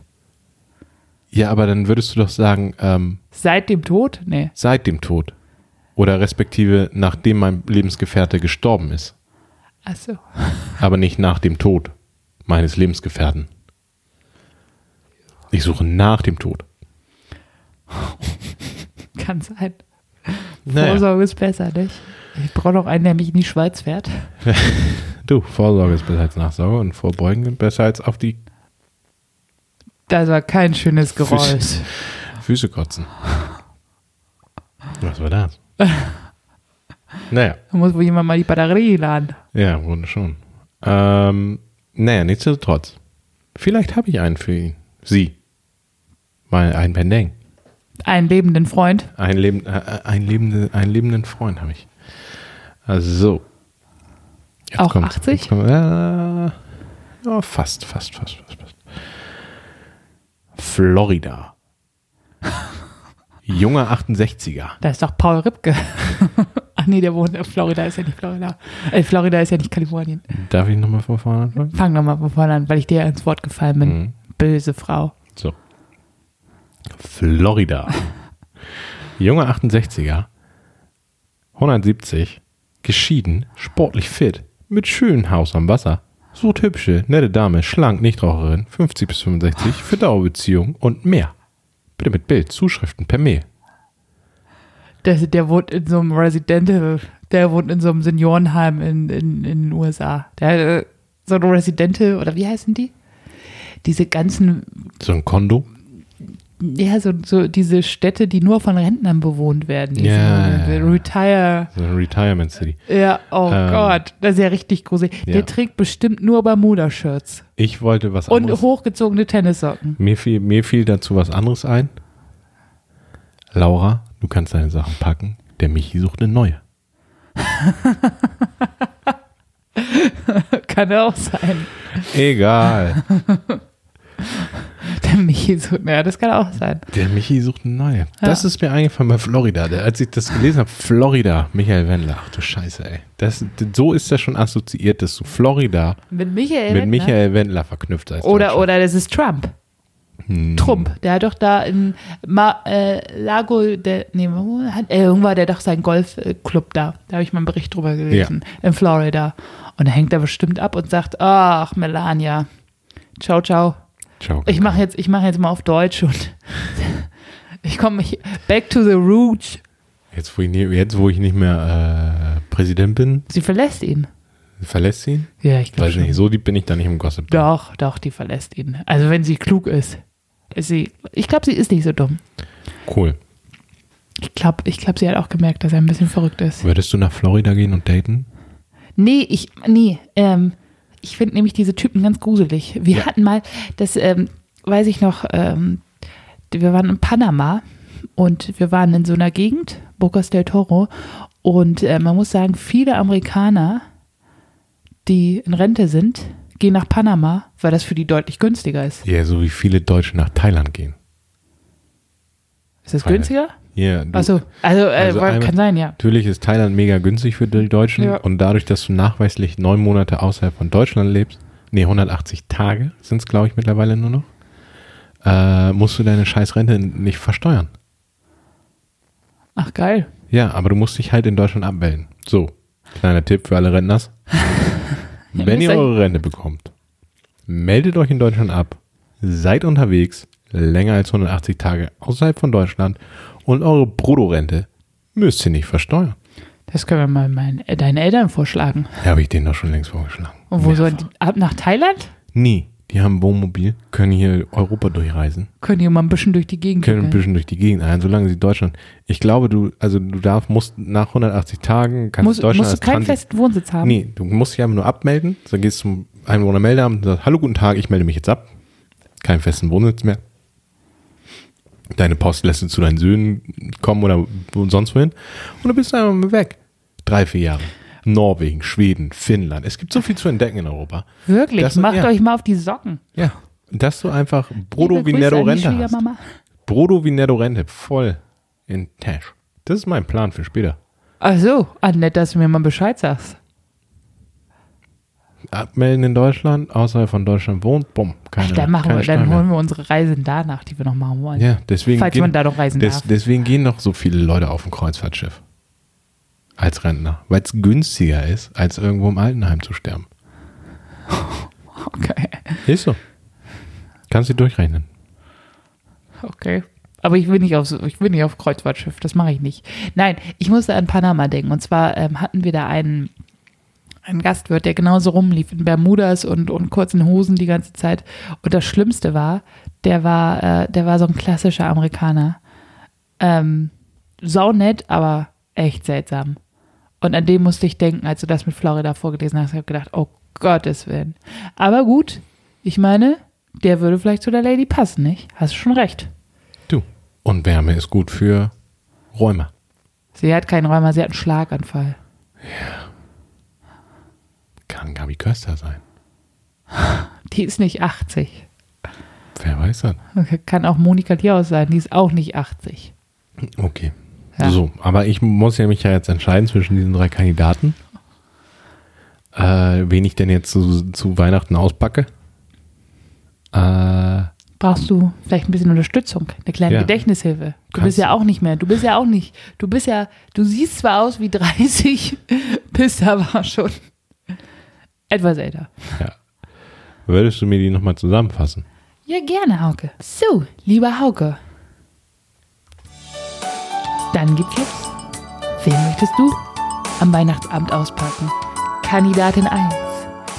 Speaker 3: Ja, aber dann würdest du doch sagen, ähm,
Speaker 4: Seit dem Tod? Nee.
Speaker 3: seit dem Tod oder respektive nachdem mein Lebensgefährte gestorben ist,
Speaker 4: Achso.
Speaker 3: aber nicht nach dem Tod meines Lebensgefährten. Ich suche nach dem Tod.
Speaker 4: Kann sein.
Speaker 3: Naja,
Speaker 4: Vorsorge ist besser, nicht? Ich brauche noch einen, der mich in die Schweiz fährt.
Speaker 3: du, Vorsorge ist besser als Nachsorge und Vorbeugen besser als auf die
Speaker 4: Das war kein schönes Geräusch.
Speaker 3: Füße kotzen. Was war das? Naja,
Speaker 4: Da muss wohl jemand mal die Batterie laden.
Speaker 3: ja, im Grunde schon. Ähm, naja, nichtsdestotrotz. Vielleicht habe ich einen für ihn. Sie. Mal ein Pending.
Speaker 4: Einen lebenden Freund.
Speaker 3: Ein Leben, äh, ein lebende, einen lebenden Freund habe ich. Also. Jetzt
Speaker 4: Auch
Speaker 3: kommt's.
Speaker 4: 80?
Speaker 3: Jetzt kommt, äh, ja, fast, fast, fast, fast, fast. Florida. Junger 68er.
Speaker 4: Da ist doch Paul Ripke. Ach nee, der wohnt in Florida, ist ja nicht Florida. Äh, Florida ist ja nicht Kalifornien.
Speaker 3: Darf ich nochmal von vorne anfangen?
Speaker 4: Fang nochmal von vorne an, weil ich dir ins Wort gefallen bin.
Speaker 3: Mhm.
Speaker 4: Böse Frau.
Speaker 3: So. Florida. Junger 68er. 170. Geschieden. Sportlich fit. Mit schönem Haus am Wasser. Sucht hübsche, nette Dame, schlank, Nichtraucherin, 50 bis 65, für Dauerbeziehung und mehr. Bitte mit Bild, Zuschriften per Mail.
Speaker 4: Der, der wohnt in so einem Residential, der wohnt in so einem Seniorenheim in, in, in den USA. Der, äh, so ein Residential, oder wie heißen die? Diese ganzen,
Speaker 3: So ein Kondo.
Speaker 4: ja, so, so diese Städte, die nur von Rentnern bewohnt werden. Diese
Speaker 3: Ja.
Speaker 4: Retire.
Speaker 3: So ein Retirement City.
Speaker 4: Ja, oh
Speaker 3: Ähm,
Speaker 4: Gott, das ist ja richtig gruselig.
Speaker 3: ja.
Speaker 4: Der trägt bestimmt nur Bermuda-Shirts
Speaker 3: Ich wollte was
Speaker 4: und
Speaker 3: anderes.
Speaker 4: hochgezogene Tennissocken.
Speaker 3: Mir fiel, mir fiel dazu was anderes ein. Laura, du kannst deine Sachen packen. Der Michi sucht eine neue.
Speaker 4: Kann ja auch sein.
Speaker 3: Egal.
Speaker 4: Der Michi sucht. Ja, das kann auch sein.
Speaker 3: Der Michi sucht eine neue. Das ist mir eingefallen bei Florida. Der, als ich das gelesen habe, Florida, Michael Wendler. Ach du Scheiße, ey. Das, so ist das schon assoziiert, dass du Florida
Speaker 4: Mit Michael.
Speaker 3: mit
Speaker 4: Wendler?
Speaker 3: Michael Wendler verknüpft Hm, hast.
Speaker 4: Oder, oder das ist Trump.
Speaker 3: Mhm.
Speaker 4: Trump, der hat doch da in Ma, äh, Lago, de, nee, wo hat, äh, irgendwo hat er doch seinen Golfclub da. Da habe ich mal einen Bericht drüber gelesen, in Florida. Und da hängt er bestimmt ab und sagt, ach, Melania, ciao, ciao.
Speaker 3: Ciao.
Speaker 4: Ich mache jetzt, ich mach jetzt mal auf Deutsch und ich komme back to the roots.
Speaker 3: Jetzt, wo ich, nie, jetzt, wo ich nicht mehr äh, Präsident bin,
Speaker 4: Sie verlässt ihn.
Speaker 3: verlässt sie ihn?
Speaker 4: Ja, ich glaube
Speaker 3: Weiß
Speaker 4: schon.
Speaker 3: nicht, so lieb bin ich da nicht im Gossip.
Speaker 4: Doch, doch, die verlässt ihn. Also wenn sie klug ist. ist sie, ich glaube, sie ist nicht so dumm.
Speaker 3: Cool.
Speaker 4: Ich glaube, ich glaub, sie hat auch gemerkt, dass er ein bisschen verrückt ist.
Speaker 3: Würdest du nach Florida gehen und daten?
Speaker 4: Nee, ich, nee, ähm, ich finde nämlich diese Typen ganz gruselig. Wir
Speaker 3: Ja.
Speaker 4: hatten mal, das ähm, weiß ich noch, ähm, wir waren in Panama und wir waren in so einer Gegend, Bocas del Toro. Und äh, man muss sagen, viele Amerikaner, die in Rente sind, gehen nach Panama, weil das für die deutlich günstiger ist.
Speaker 3: Ja, so wie viele Deutsche nach Thailand gehen.
Speaker 4: Ist das
Speaker 3: Weil-
Speaker 4: günstiger?
Speaker 3: Ja, du-
Speaker 4: Achso, also, äh,
Speaker 3: Also
Speaker 4: war-
Speaker 3: einmal-
Speaker 4: kann sein, ja.
Speaker 3: Natürlich ist Thailand mega günstig für die Deutschen
Speaker 4: Ja.
Speaker 3: und dadurch, dass du nachweislich neun Monate außerhalb von Deutschland lebst, nee, 180 Tage sind es, glaube ich, mittlerweile nur noch, äh, musst du deine scheiß Rente nicht versteuern.
Speaker 4: Ach geil.
Speaker 3: Ja, aber du musst dich halt in Deutschland abmelden. So, kleiner Tipp für alle Rentners. Wenn
Speaker 4: müsst
Speaker 3: ihr
Speaker 4: euch-
Speaker 3: eure Rente bekommt, meldet euch in Deutschland ab, seid unterwegs, länger als 180 Tage außerhalb von Deutschland und eure Bruttorente müsst ihr nicht versteuern.
Speaker 4: Das können wir mal meinen, äh, deinen Eltern vorschlagen.
Speaker 3: Ja, habe ich denen doch schon längst vorgeschlagen.
Speaker 4: Und wo
Speaker 3: Mehrfach.
Speaker 4: sollen die? Ab nach Thailand?
Speaker 3: Nie. Die haben ein Wohnmobil, können hier Europa durchreisen,
Speaker 4: Können die mal ein bisschen durch die Gegend
Speaker 3: können ein
Speaker 4: gehen?
Speaker 3: bisschen durch die Gegend ein, solange sie Deutschland. Ich glaube, du, also du darfst, musst nach 180 Tagen, kannst
Speaker 4: Muss,
Speaker 3: Deutschland
Speaker 4: musst du
Speaker 3: als
Speaker 4: keinen
Speaker 3: Transit-
Speaker 4: festen Wohnsitz haben?
Speaker 3: Nee, du musst dich einfach nur abmelden. Dann gehst du zum Einwohnermeldeamt und sagst, hallo, guten Tag, ich melde mich jetzt ab. Keinen festen Wohnsitz mehr. Deine Post lässt du zu deinen Söhnen kommen oder wo- sonst wohin. Und du bist einfach mal weg. Drei, vier Jahre. Norwegen, Schweden, Finnland. Es gibt so viel zu entdecken in Europa.
Speaker 4: Wirklich,
Speaker 3: Das-
Speaker 4: macht
Speaker 3: ja.
Speaker 4: euch mal auf die Socken.
Speaker 3: Ja. Dass du einfach Brodo
Speaker 4: Liebe Grüße
Speaker 3: Vinero
Speaker 4: an die
Speaker 3: Rente hast.
Speaker 4: Schwiegermama.
Speaker 3: Brodo Vinero Rente. Voll in Tash. Das ist mein Plan für später.
Speaker 4: Ach so, ah, nett, dass du mir mal Bescheid sagst.
Speaker 3: Abmelden in Deutschland, außerhalb von Deutschland wohnt, bumm. Keine,
Speaker 4: Ach, dann, machen
Speaker 3: keine
Speaker 4: wir, dann
Speaker 3: Steuern mehr.
Speaker 4: holen wir unsere Reisen danach, die wir noch machen wollen.
Speaker 3: Ja, deswegen.
Speaker 4: Also, Falls man da noch reisen darf.
Speaker 3: Deswegen gehen noch so viele Leute auf ein Kreuzfahrtschiff. Als Rentner. Weil es günstiger ist, als irgendwo im Altenheim zu sterben.
Speaker 4: Okay.
Speaker 3: Ist so. Kannst du durchrechnen.
Speaker 4: Okay. Aber ich will nicht auf, ich will nicht auf Kreuzfahrtschiff, das mache ich nicht. Nein, ich musste an Panama denken. Und zwar ähm, hatten wir da einen, einen Gastwirt, der genauso rumlief in Bermudas und, und kurzen Hosen die ganze Zeit. Und das Schlimmste war, der war, äh, der war so ein klassischer Amerikaner. Ähm, saunett, aber echt seltsam. Und an dem musste ich denken, als du das mit Florida vorgelesen hast, habe ich gedacht, oh Gottes Willen. Aber gut, ich meine, der würde vielleicht zu der Lady passen, nicht? Hast schon recht.
Speaker 3: Du. Und Wärme ist gut für Rheuma.
Speaker 4: Sie hat keinen Rheuma, sie hat einen Schlaganfall.
Speaker 3: Kann Gabi Köster sein.
Speaker 4: Die ist nicht 80.
Speaker 3: Wer weiß das?
Speaker 4: Kann auch Monika Liaus sein, die ist auch nicht 80.
Speaker 3: Okay.
Speaker 4: Ja.
Speaker 3: So, aber ich muss ja mich ja jetzt entscheiden zwischen diesen drei Kandidaten. Äh, wen ich denn jetzt zu, zu Weihnachten auspacke. Äh,
Speaker 4: Brauchst du vielleicht ein bisschen Unterstützung, eine kleine
Speaker 3: Ja.
Speaker 4: Gedächtnishilfe. Du
Speaker 3: Kannst-
Speaker 4: bist ja auch nicht mehr, du bist ja auch nicht, du bist ja, du siehst zwar aus wie 30, bist aber schon etwas älter.
Speaker 3: ja. Würdest du mir die nochmal zusammenfassen?
Speaker 4: Ja, gerne, Hauke. So, lieber Hauke. Dann gibt's jetzt. Wen möchtest du am Weihnachtsabend auspacken? Kandidatin 1.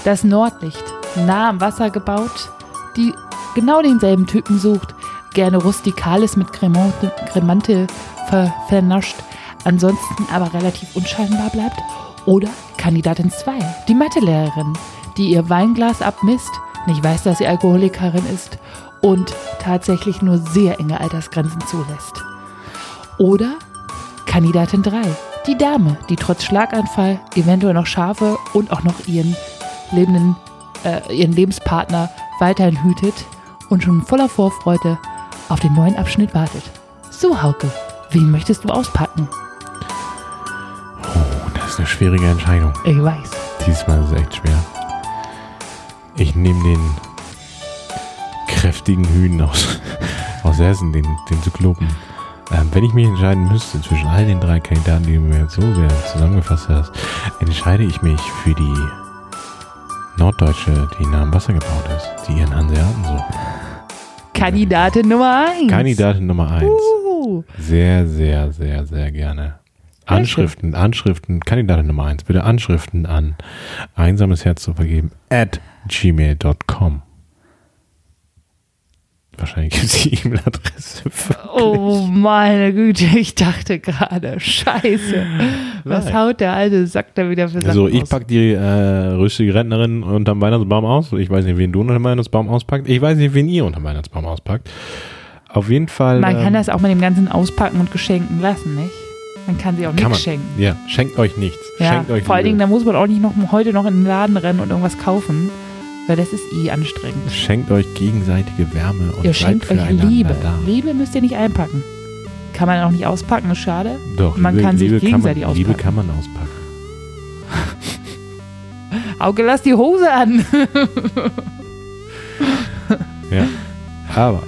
Speaker 4: Das Nordlicht, nah am Wasser gebaut, die genau denselben Typen sucht, gerne rustikales mit Cremante, Cremante ver vernascht, ansonsten aber relativ unscheinbar bleibt. Oder Kandidatin 2, die Mathelehrerin, die ihr Weinglas abmisst, nicht weiß, dass sie Alkoholikerin ist und tatsächlich nur sehr enge Altersgrenzen zulässt. Oder Kandidatin 3, die Dame, die trotz Schlaganfall eventuell noch Schafe und auch noch ihren lebenden, äh, ihren Lebenspartner weiterhin hütet und schon voller Vorfreude auf den neuen Abschnitt wartet. So, Hauke, wen möchtest du auspacken?
Speaker 3: Oh, das ist eine schwierige Entscheidung.
Speaker 4: Ich weiß.
Speaker 3: Diesmal ist es echt schwer. Ich nehme den kräftigen Hühn aus, aus Hessen, den, den Zyklopen. Ähm, wenn ich mich entscheiden müsste zwischen all den drei Kandidaten, die du mir jetzt so sehr zusammengefasst hast, entscheide ich mich für die Norddeutsche, die nah am Wasser gebaut ist, die ihren Hanseaten sucht.
Speaker 4: Kandidatin Nummer 1.
Speaker 3: Kandidatin Nummer eins.
Speaker 4: Uh,
Speaker 3: Sehr, sehr, sehr, sehr gerne. Anschriften, Anschriften, Kandidatin Nummer eins. bitte Anschriften an einsames Herz zu vergeben at gmail.com. Wahrscheinlich gibt es die E-Mail-Adresse.
Speaker 4: oh meine Güte, ich dachte gerade, scheiße. Was
Speaker 3: Nein.
Speaker 4: haut der alte Sack da wieder für Sachen
Speaker 3: So, ich
Speaker 4: raus?
Speaker 3: pack die äh, rüstige Rentnerin unterm Weihnachtsbaum aus. Ich weiß nicht, wen du unterm Weihnachtsbaum auspackt. Ich weiß nicht, wen ihr unterm Weihnachtsbaum auspackt. Auf jeden Fall.
Speaker 4: Man
Speaker 3: ähm,
Speaker 4: kann das auch mit dem ganzen Auspacken und Geschenken lassen, nicht? Man kann sie auch
Speaker 3: kann
Speaker 4: nichts
Speaker 3: man.
Speaker 4: schenken.
Speaker 3: Ja, schenkt euch nichts.
Speaker 4: Ja,
Speaker 3: schenkt euch
Speaker 4: vor allen Dingen,
Speaker 3: Liebe.
Speaker 4: da muss man auch nicht noch heute noch in den Laden rennen und irgendwas kaufen, weil das ist eh anstrengend.
Speaker 3: Schenkt euch gegenseitige Wärme und
Speaker 4: Ihr
Speaker 3: seid
Speaker 4: schenkt euch
Speaker 3: füreinander
Speaker 4: Liebe.
Speaker 3: Da.
Speaker 4: Liebe müsst ihr nicht einpacken. Kann man auch nicht auspacken, ist schade.
Speaker 3: Doch,
Speaker 4: Man kann sich gegenseitig
Speaker 3: kann man, Liebe
Speaker 4: auspacken.
Speaker 3: kann man auspacken.
Speaker 4: Auge, lass die Hose an.
Speaker 3: Ja. Aber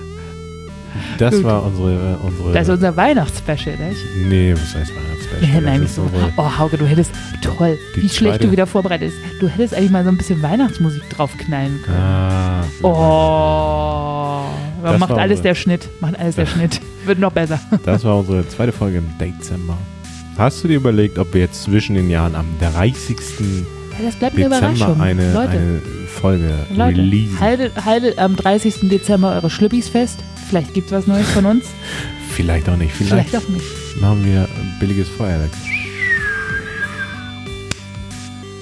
Speaker 3: das
Speaker 4: Gut.
Speaker 3: war unsere, unsere.
Speaker 4: Das ist unser Weihnachtsspecial, nicht?
Speaker 3: nee, was heißt Weihnachtsspecial?
Speaker 4: Wir hätten
Speaker 3: Das
Speaker 4: eigentlich
Speaker 3: ist
Speaker 4: so.
Speaker 3: unsere-
Speaker 4: Oh, Hauke, du hättest. Toll,
Speaker 3: Die
Speaker 4: wie schlecht
Speaker 3: zweite-
Speaker 4: du wieder vorbereitet bist. Du hättest eigentlich mal so ein bisschen Weihnachtsmusik draufknallen können.
Speaker 3: Ah,
Speaker 4: Oh.
Speaker 3: Das
Speaker 4: macht
Speaker 3: war
Speaker 4: alles
Speaker 3: wohl-
Speaker 4: der Schnitt. Macht alles der Schnitt. Wird noch besser.
Speaker 3: Das war unsere zweite Folge im Dezember. Hast du dir überlegt, ob wir jetzt zwischen den Jahren am 30.
Speaker 4: Das bleibt eine
Speaker 3: Dezember
Speaker 4: Überraschung.
Speaker 3: eine,
Speaker 4: Leute,
Speaker 3: eine Folge
Speaker 4: Leute
Speaker 3: releasen?
Speaker 4: haltet, haltet am 30. Dezember eure Schlüppis fest. Vielleicht gibt's was Neues von uns.
Speaker 3: Vielleicht auch nicht. Vielleicht,
Speaker 4: Vielleicht auch nicht.
Speaker 3: machen wir ein billiges Feuerwerk.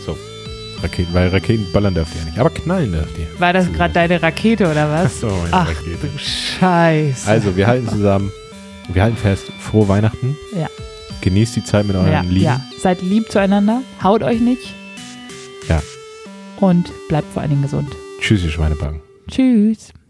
Speaker 3: So. Raketen, weil Raketen ballern dürft ihr nicht, aber knallen dürft ihr.
Speaker 4: War das gerade deine Rakete oder was?
Speaker 3: So, meine
Speaker 4: Ach
Speaker 3: Rakete.
Speaker 4: du Scheiße.
Speaker 3: Also, wir halten zusammen. Wir halten fest. Frohe Weihnachten.
Speaker 4: Ja.
Speaker 3: Genießt die Zeit mit euren
Speaker 4: ja,
Speaker 3: Lieben.
Speaker 4: ja. Seid lieb zueinander. Haut euch nicht.
Speaker 3: Ja.
Speaker 4: Und bleibt vor allen Dingen gesund.
Speaker 3: Tschüss, ihr Schweinebacken.
Speaker 4: Tschüss.